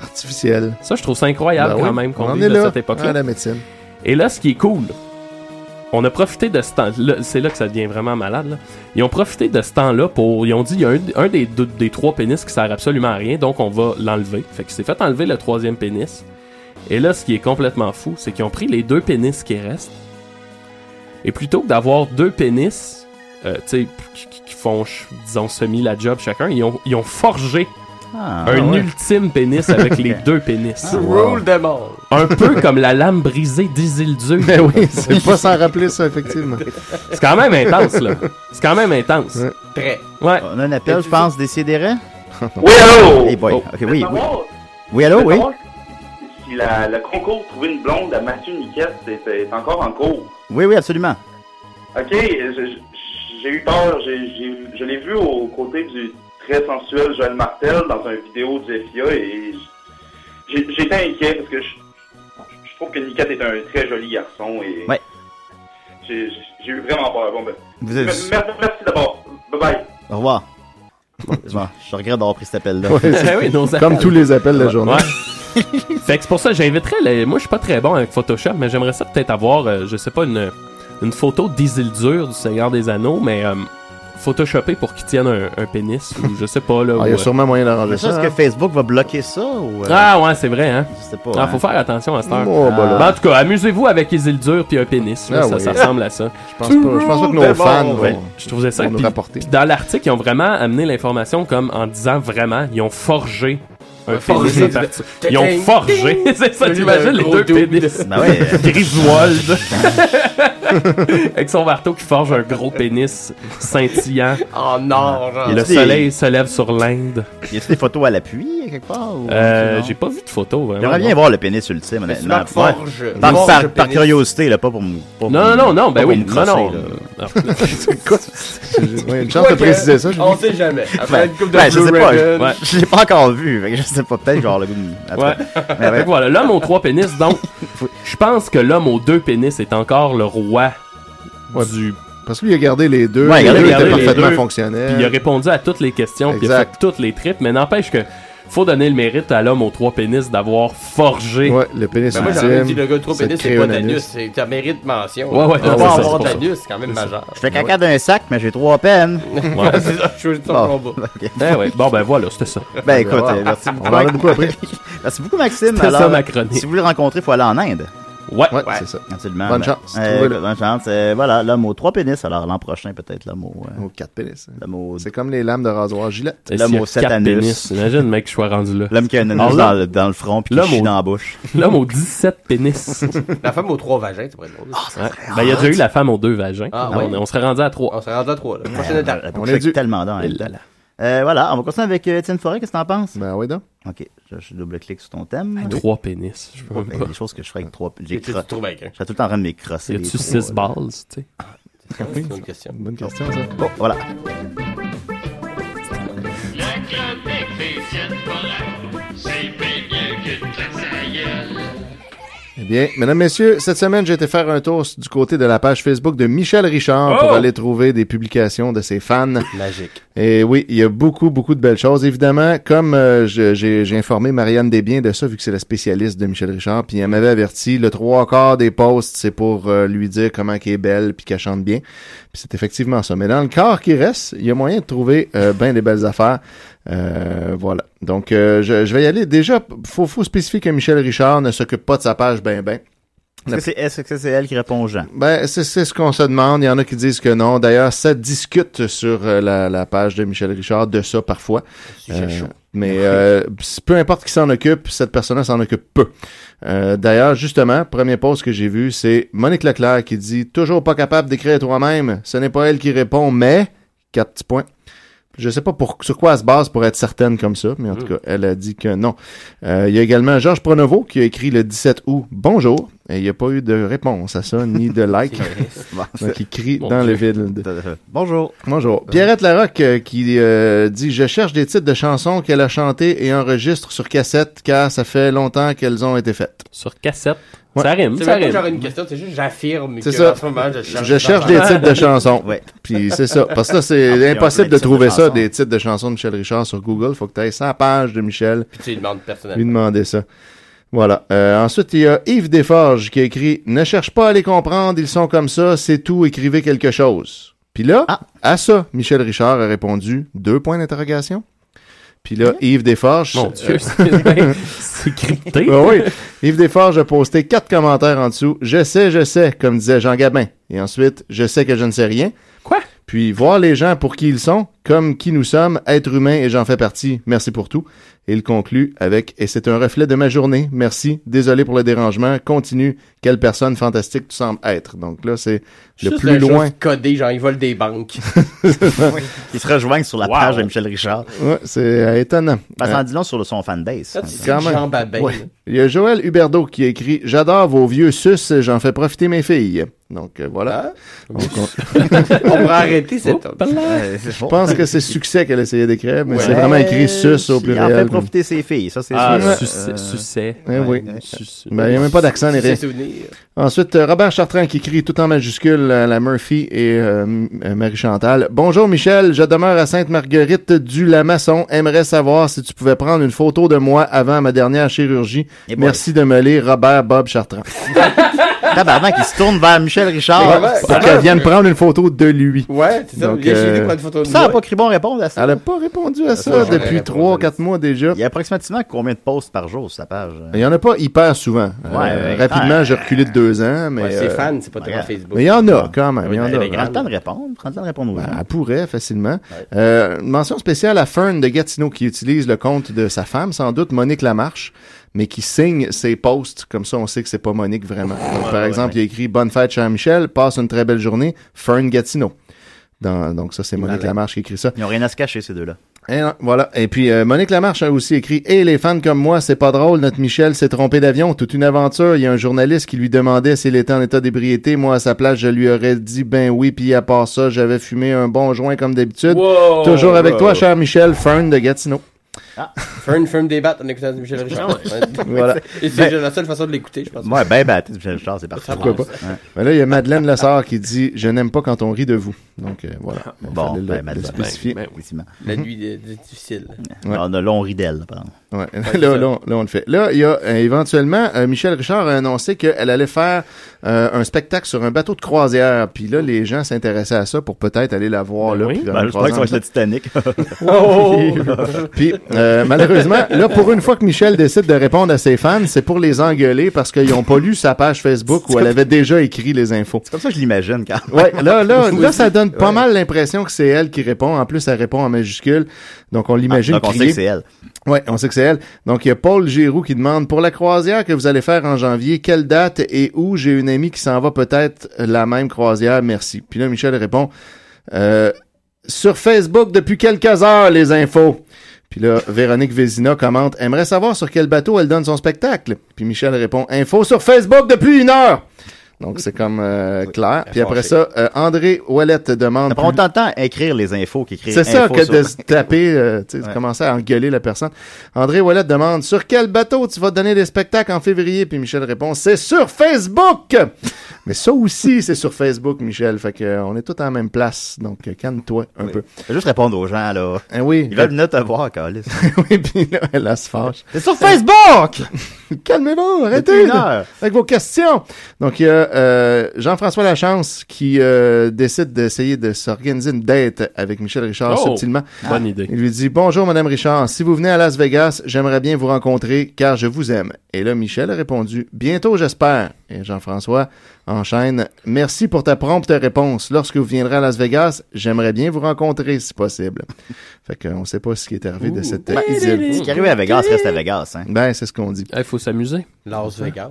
H: Artificiel.
I: Ça, je trouve ça incroyable
H: Ben
I: quand
H: oui,
I: même
H: on
I: qu'on
H: en
I: vive
H: est
I: de
H: là,
I: cette époque-là.
H: à la médecine.
I: Et là, ce qui est cool, on a profité de ce temps-là. C'est là que ça devient vraiment malade. là. Ils ont profité de ce temps-là pour. Ils ont dit il y a un, un des, deux- des trois pénis qui sert absolument à rien, donc on va l'enlever. Fait qu'il s'est fait enlever le troisième pénis. Et là, ce qui est complètement fou, c'est qu'ils ont pris les deux pénis qui restent. Et plutôt que d'avoir deux pénis, euh, tu sais, qui, qui- qui font, ch- disons, semi la job chacun, ils ont, ils ont forgé
G: Ah,
I: un
G: ouais. Ah.
I: ultime pénis avec les deux pénis.
J: Tu roules de mort.
I: Un peu comme la lame brisée d'Isildure.
G: Ben
H: Mais oui, c'est pas sans rappeler ça, effectivement.
I: C'est quand même intense, là. C'est quand même intense.
J: Très.
I: Ouais.
G: On a un appel, je pense, d'Essier
M: Oui, allô?
G: Hey boy.
M: Oh.
G: Ok, oui, oui.
M: Savoir
G: Oui, allô, oui?
M: Savoir Si la, le concours Trouver une blonde à Mathieu Niquette est, est encore en cours.
G: Oui, oui, absolument.
M: Ok, je- je- j'ai eu peur. J'ai- j'ai- je l'ai vu aux côtés du très sensuel Joël Martel dans une vidéo de FIA et j'ai- j'étais inquiet parce que je, je trouve que Niquette est un très joli garçon et
G: Ouais.
M: j'ai j'ai eu vraiment peur. Bon, ben,
G: Vous avez-
M: me- me- merci d'abord. Bye bye.
G: Au revoir. Bon, je regrette d'avoir pris cet appel-là.
H: Ouais, c'est-
I: Ben
H: comme tous les appels de la journée.
I: Ouais. fait que c'est pour ça que j'inviterais. les- Moi, je suis pas très bon avec Photoshop, mais j'aimerais ça peut-être avoir, euh, je sais pas, une, une photo d'Isildur du Seigneur des Anneaux, mais euh, photoshopée pour qu'il tienne un, un pénis, ou je sais pas, là.
H: Ah, il y
I: ou,
H: a
I: euh,
H: sûrement moyen d'arranger
G: Mais ça,
H: ça. hein.
G: est-ce que Facebook va bloquer ça ou. euh,
I: Ah ouais, c'est vrai, hein.
G: pas,
I: Ah,
G: hein.
I: faut faire attention à cette heure.
H: Oh, bah là.
I: Ben, en tout cas, amusez-vous avec Isildur puis un pénis. là,
H: Ah
I: ça,
H: oui.
I: ça ressemble à ça.
H: Je pense pas- je pense pas que nos
I: Mais
H: fans vont-
I: je trouvais ça.
H: vont nous
I: puis-
H: rapporter.
I: puis dans l'article, ils ont vraiment amené l'information comme en disant vraiment, ils ont forgé un
F: Forgé,
I: pénis.
F: c'est-
I: à partir- Ils ont forgé. C'est ça,
F: Celui
I: t'imagines
F: d'un
I: les
F: gros
I: deux
F: dude.
I: pénis.
F: Ben ouais.
I: Griswold. Avec son marteau qui forge un gros pénis scintillant.
J: En or, genre.
I: Et le
G: C'est-
I: soleil se lève sur l'Inde.
G: Y a-t-il des photos à l'appui, quelque part? ou-
I: Euh,
G: Non.
I: j'ai pas vu de photos. vraiment,
G: J'aimerais bien
I: non.
G: voir le pénis ultime, honnêtement.
I: Marc Forge.
G: Ouais. Par,
I: Forge
G: par-
I: pénis.
G: par curiosité, là, pas pour me. pas
I: Non,
G: pour-
I: non, non, ben
G: pas
I: oui,
G: pour me
I: non,
G: crosser,
I: non.
G: là.
H: Ouais, une chance
J: Quoique,
H: de préciser
I: Ah.
H: ça.
J: On sait jamais. Après
G: Ben,
J: une coupe de
G: ben, je sais
J: Blue
G: pas,
J: Ribbon,
G: je, je l'ai pas encore vu, fait que je sais pas, peut-être genre le goût de- en tout
I: Ouais.
G: cas. Mais
I: Fait que
G: ouais.
I: voilà, l'homme aux trois pénis, donc, je pense que l'homme aux deux pénis est encore le roi du.
H: Parce que lui, il a gardé les deux.
I: Ouais,
H: les
I: regardez,
H: deux étaient
I: regardez les
H: parfaitement
I: deux,
H: fonctionnels.
I: Puis il a répondu à toutes les questions, puis il a
H: Exact.
I: fait toutes les tripes, mais n'empêche que faut donner le mérite à l'homme aux trois pénis d'avoir forgé.
H: Ouais, le pénis
J: Ben, moi, j'aurais dit le gars trop pénis, c'est pas d'anus. c'est- Ça mérite mention.
I: Ouais, ouais,
J: On va
I: non, c'est
J: pas
I: ça,
J: avoir
I: c'est pour
J: d'anus,
I: ça.
J: c'est quand même
I: C'est ça.
J: majeur.
G: Je fais caca d'un sac, mais j'ai trois peines.
I: Ouais.
J: C'est ça, je suis juste en
G: Bon,
J: combat.
G: ok.
I: Ben ouais, bon ben voilà, c'était ça.
G: Ben écoute, euh, merci beaucoup. Mike. merci beaucoup, Maxime.
I: C'était
G: Alors,
I: ça, ma chronique.
G: Si vous voulez le rencontrer, il faut aller en Inde.
I: Ouais,
H: Ouais, c'est ça.
G: Absolument.
H: Bonne
G: Ben,
H: chance.
G: euh,
H: Trouvez-le.
G: écoute, bonne chance. Euh, voilà, l'homme aux trois pénis. Alors, l'an prochain, peut-être l'homme aux. euh,
H: Aux quatre pénis.
G: l'homme aux-
H: C'est comme les lames de rasoir Gillette.
I: Et
G: L'homme
I: s'il y a
G: au sept
I: quatre
G: anus.
I: pénis, Imagine, mec, que je sois rendu là.
G: L'homme qui a un anus
I: Alors,
G: dans,
I: l'homme-
G: le- dans le front puis qui
I: l'homme
G: chie
I: au-
G: dans la bouche.
I: L'homme aux 17 pénis.
J: La femme aux trois vagins, c'est pourrait être drôle.
I: Ouais. Ben, il y a déjà eu la femme aux deux vagins.
J: Ah,
I: on,
J: ouais.
I: on serait rendu à trois.
G: Ah,
J: On s'est rendu à trois, là. Prochaine
G: Ouais,
J: étape.
G: Ah, on est tellement dans
I: Et
G: elle.
I: là, là.
G: Euh, voilà, on va continuer avec euh, Étienne Forêt, qu'est-ce que t'en penses? Ah,
H: Ben oui, donc.
G: Ok, je, je double-clique sur ton thème. Oui.
I: Trois pénis. Je
G: Ouais,
I: veux
G: ben,
I: pas.
G: des choses que je ferais avec trois. J'ai
J: Qu'est-ce que tu
G: cro-
J: trouves avec hein? un?
G: Je serais tout le temps en train de m'écrasser.
I: Y
G: les
I: a-tu
G: trois,
I: six
G: là.
I: balles, tu sais?
J: C'est une bonne question.
H: Bonne question, ça.
G: Bon, voilà.
F: La chronique d'Étienne Forêt, c'est bien mieux qu'une claque à gueule.
H: Eh bien, mesdames, messieurs, cette semaine, j'ai été faire un tour du côté de la page Facebook de Michel Richard
I: Oh!
H: pour aller trouver des publications de ses fans.
J: Magique.
H: Et oui, il y a beaucoup, beaucoup de belles choses. Évidemment, comme euh, je- j'ai j'ai informé Marianne Desbiens de ça, vu que c'est la spécialiste de Michel Richard, puis elle m'avait averti, le trois quarts des posts, c'est pour euh, lui dire comment qu'elle est belle puis qu'elle chante bien. Puis c'est effectivement ça. Mais dans le quart qui reste, il y a moyen de trouver euh, bien des belles affaires. Euh, voilà. Donc, euh, je, je vais y aller. Déjà, faut, faut spécifier que Michel Richard ne s'occupe pas de sa page ben ben.
G: Est-ce que c'est est-ce que c'est elle qui répond aux gens?
H: Ben, c'est c'est ce qu'on se demande. Il y en a qui disent que non. D'ailleurs, ça discute sur euh, la, la page de Michel Richard de ça parfois. Euh, mais euh, peu importe qui s'en occupe, cette personne-là s'en occupe peu. Euh, D'ailleurs, justement, premier post que j'ai vu, c'est Monique Leclerc qui dit Toujours pas capable d'écrire toi-même. Ce n'est pas elle qui répond, mais. Quatre petits points. Je sais pas pour, sur quoi elle se base pour être certaine comme ça, mais en tout cas, elle a dit que non. Euh, il y a également Georges Pronovo qui a écrit le 17 août Bonjour, et il n'y a pas eu de réponse à ça, ni de like. Donc, il crie
G: Mon
H: dans
G: Dieu.
H: le vide.
G: euh, Bonjour.
H: Bonjour. Pierrette Larocque euh, qui euh, dit Je cherche des titres de chansons qu'elle a chantées et enregistre sur cassette car ça fait longtemps qu'elles ont été faites.
I: Sur cassette
H: Ouais.
I: Ça rime,
J: C'est
I: ça
J: même pas
I: rime.
J: genre une question, c'est juste j'affirme que
H: C'est ça.
J: en ce moment je cherche,
H: des titres de chansons. Puis c'est ça. Parce que là,
J: Ah, puis
H: c'est
J: on peut
H: impossible
J: mettre
H: de
J: titres de
H: trouver ça,
J: chansons.
H: des titres de chansons de Michel Richard sur Google. Faut que tu ailles sur la page de Michel.
J: Puis tu lui demandes personnellement.
H: Lui demander ça. Voilà. Euh, ensuite, il y a Yves Desforges qui a écrit Ne cherche pas à les comprendre, ils sont comme ça, c'est tout, écrivez quelque chose. Puis là,
I: Ah.
H: à ça, Michel Richard a répondu Deux points d'interrogation. Puis là, Yves Desforges.
I: Hein? Mon Dieu,
H: Euh,
I: c'est bien- c'est crypté.
H: Ben oui. Yves Desforges a posté quatre commentaires en dessous. Je sais, je sais, comme disait Jean Gabin. Et ensuite, je sais que je ne sais rien.
I: Quoi?
H: Puis voir les gens pour qui ils sont, comme qui nous sommes, être humain et j'en fais partie. Merci pour tout. Et il conclut avec Et c'est un reflet de ma journée. Merci. Désolé pour le dérangement. Continue. Quelle personne fantastique tu sembles être. Donc là, c'est le
J: Juste
H: plus
J: la chose
H: loin.
J: Codée, genre ils volent des banques.
G: Ils se rejoignent sur la page de Michel Richard.
H: Ouais, c'est euh, étonnant.
G: Parce
H: Euh,
G: qu'en dit long sur le- son fanbase.
H: Quand même.
J: Ben,
H: Ouais. Il y a Joël Huberdeau qui a écrit J'adore vos vieux sus, j'en fais profiter mes filles. Donc euh, voilà. On,
J: On va
H: Oh,
J: arrêter cet homme.
H: Je pense que c'est succès qu'elle essayait d'écrire, mais
G: Ouais. Euh,
H: c'est vraiment écrit sus au
G: Il en fait
H: pluriel.
G: profiter ses filles, ça c'est
I: Ah,
G: sûr. Euh,
I: succès, succès.
H: Eh oui.
I: Ouais. Succès.
H: Ben, il n'y a même pas d'accent ni rien.
J: Ses souvenirs.
H: Ensuite, euh, Robert Chartrand qui crie tout en majuscule à la Murphy et euh, M- euh, Marie-Chantal. Bonjour Michel, je demeure à Sainte-Marguerite du Lamasson. Aimerais savoir si tu pouvais prendre une photo de moi avant ma dernière chirurgie.
G: Et Eh boy.
H: Merci de me lire, Robert Bob Chartrand.
G: Tabarnak, il se tourne vers Michel Richard.
H: Ouais, pour qu'elle vienne prendre une photo de lui.
J: Ouais,
G: c'est ça.
H: Donc,
G: J'ai- j'ai
H: euh,
G: vu prendre une photo de Ça, moi. elle a pas cru bon répondre à ça.
H: Elle a pas répondu à ça,
G: Ça, j'aurais
H: depuis
G: répondu.
H: 3-4 mois déjà.
G: Il y a approximativement combien de posts par jour sur sa page?
H: Il n'y en a pas hyper souvent.
G: Ouais,
H: Euh,
G: ouais.
H: rapidement,
G: Ouais.
H: j'ai reculé de deux ans. Mais,
G: Ouais, c'est
H: euh,
G: fan, c'est pas très Facebook.
H: Mais il y en a quand
G: Ah
H: même. il y en a. Ah, Bah,
G: Prends le temps de répondre. Prends le temps de répondre aux gens.
H: Elle pourrait facilement. Euh, une mention spéciale à Fern de Gatineau qui utilise le compte de sa femme, sans doute Monique Lamarche, mais qui signe ses posts. Comme ça, on sait que c'est pas Monique vraiment. Donc, par exemple, il a écrit Bonne fête, cher Michel, passe une très belle journée, Fern Gatineau. Dans- donc, ça, c'est Monique
G: Malin.
H: Lamarche qui écrit ça.
G: Ils n'ont rien à se cacher, ces deux-là.
H: Et Eh non, voilà. Et puis, euh, Monique Lamarche a aussi écrit Et les fans comme moi, c'est pas drôle, notre Michel s'est trompé d'avion, toute une aventure. Il y a un journaliste qui lui demandait s'il était en état d'ébriété. Moi, à sa place, je lui aurais dit Ben oui, puis à part ça, j'avais fumé un bon joint comme d'habitude.
J: Wow!
H: Toujours avec
J: Wow.
H: toi, cher Michel, Fern de Gatineau.
J: Ah, Fern, Fern débat en écoutant du Michel Richard. Ouais.
H: Voilà.
J: Et
H: Ben,
J: c'est la seule façon de l'écouter, je pense.
G: Ouais, ben, ben, t'es Michel Richard, c'est parti.
H: Pourquoi pas? Mais là, il y a Madeleine Lessard qui dit Je n'aime pas quand on rit de vous. Donc, euh, voilà. Il
G: Bon,
H: fallait le-
G: ben,
H: le
G: Madeleine.
H: spécifier.
G: Ben, ben, oui, effectivement.
J: La nuit de- de- difficile.
H: Ouais.
G: On a long ridel, pardon.
H: Ouais. Là, là, on, là, on le fait. Là, il y a euh, éventuellement, euh, Michel Richard a annoncé qu'elle allait faire euh, un spectacle sur un bateau de croisière. Puis là, les gens s'intéressaient à ça pour peut-être aller la voir. là, puis faire
G: Ben,
H: une
G: je crois que ça va être
H: croisière.
G: le Titanic.
H: Puis, euh, malheureusement, là, pour une fois que Michel décide de répondre à ses fans, c'est pour les engueuler parce qu'ils n'ont pas lu sa page Facebook où elle avait déjà écrit les infos.
G: C'est comme ça que je l'imagine quand
H: Ouais, là, là, là, ça donne pas mal l'impression que c'est elle qui répond. En plus, elle répond en majuscule. Donc, on l'imagine.
G: Ah, donc on
H: crier.
G: sait que c'est elle.
H: Ouais, on sait que c'est elle. Donc, il y a Paul Giroux qui demande pour la croisière que vous allez faire en janvier, quelle date et où j'ai une amie qui s'en va peut-être la même croisière, merci. Puis là, Michel répond euh, sur Facebook depuis quelques heures, les infos. Puis là, Véronique Vézina commente Aimerait savoir sur quel bateau elle donne son spectacle. Puis Michel répond Info sur Facebook depuis une heure. Donc, c'est comme euh, clair. Puis après
G: fâché.
H: ça, euh, André Ouellette demande.
G: Après, on t'entend écrire les infos qu'écrire.
H: C'est ça
G: info
H: que
G: sur-
H: de se taper, euh, tu sais, de
G: Ouais.
H: commencer à engueuler la personne. André Wallet demande Sur quel bateau tu vas donner des spectacles en février Puis Michel répond C'est sur Facebook Mais ça aussi, c'est sur Facebook, Michel. Fait que, euh, on est tous à la même place. Donc, euh, calme-toi un peu.
G: Fais juste répondre aux gens, là.
H: Eh oui. Eh
G: Ils veulent venir te voir, Calis.
H: oui, puis là, elle elle se fâche.
G: C'est sur Facebook!
H: Calmez-vous,
G: Depuis
H: arrêtez
G: une
H: là,
G: heure.
H: avec vos questions. Donc, il y a euh, Jean-François Lachance qui euh, décide d'essayer de s'organiser une date avec Michel Richard
I: Oh,
H: subtilement.
I: bonne idée.
H: Il lui dit Bonjour, Madame Richard. Si vous venez à Las Vegas, j'aimerais bien vous rencontrer car je vous aime. Et là, Michel a répondu Bientôt, j'espère. Et Jean-François enchaîne Merci pour ta prompte réponse. Lorsque vous viendrez à Las Vegas, j'aimerais bien vous rencontrer si possible. fait qu'on ne sait pas ce qui est arrivé de cette
G: Ben,
H: idylle.
G: Ce qui arrive à Vegas reste à Vegas, hein.
H: Ben, c'est ce qu'on dit.
I: Ah, Il faut s'amuser.
J: Las Vegas.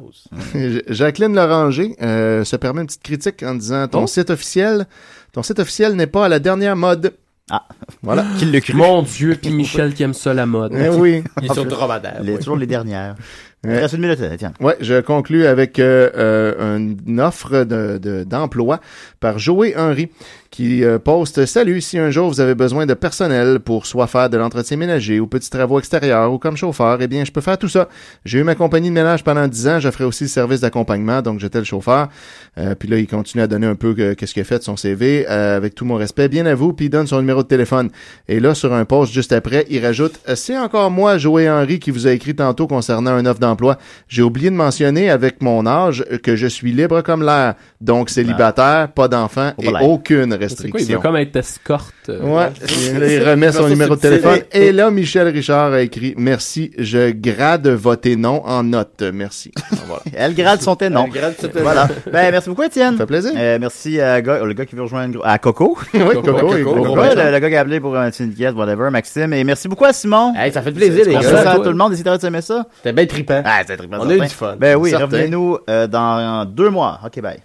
H: Ja- Jacqueline Loranger euh, se permet une petite critique en disant ton site officiel ton site officiel n'est pas à la dernière mode.
G: Ah,
H: voilà.
G: Qui le cru.
I: Mon Dieu, puis Michel qui aime ça la mode.
H: Eh oui.
J: Ils sont dromadaires.
G: Les,
J: oui.
G: Toujours les dernières. Il reste une minute, tiens.
H: Ouais, je conclus avec euh, euh, une offre de- de- d'emploi par Joey Henry qui euh, poste Salut, si un jour vous avez besoin de personnel pour soit faire de l'entretien ménager ou petits travaux extérieurs ou comme chauffeur, eh bien je peux faire tout ça. J'ai eu ma compagnie de ménage pendant 10 ans, j'offrais aussi le service d'accompagnement, donc j'étais le chauffeur. Euh, puis là, il continue à donner un peu que- qu'est-ce qu'il a fait de son CV euh, avec tout mon respect. Bien à vous, puis il donne son numéro de téléphone. Et là, sur un post juste après, il rajoute Euh, C'est encore moi, Joey Henry, qui vous a écrit tantôt concernant un offre d'emploi. J'ai oublié de mentionner avec mon âge que je suis libre comme l'air, donc célibataire, pas d'enfant et
I: Voilà.
H: aucune
I: C'est quoi, il veut
H: restriction.
I: comme être escorte. euh,
H: Ouais, et là, il remet son numéro de téléphone. Et là, Michel Richard a écrit Merci, je grade voter non en note. Merci. Voilà.
G: Elle grade son ténon.
J: Elle grade son ténon.
G: Voilà. Ben, merci beaucoup, Étienne. Ça
H: fait plaisir.
G: merci à gars- le gars qui veut rejoindre à Coco.
H: Oui, Eh, Coco, Coco,
G: Ouais,
H: et Coco.
G: ouais, le, le gars qui a appelé pour un syndicat, whatever, Maxime. Et merci beaucoup à Simon.
J: ça fait plaisir, les
G: Merci
J: gars.
G: à tout le monde. N'hésitez pas à aimer ça.
J: C'était bien trippant.
G: Ah, c'est trippant,
J: On a eu
G: certain.
J: du fun.
G: Ben oui,
J: Certain.
G: revenez-nous euh, dans deux mois. OK, bye.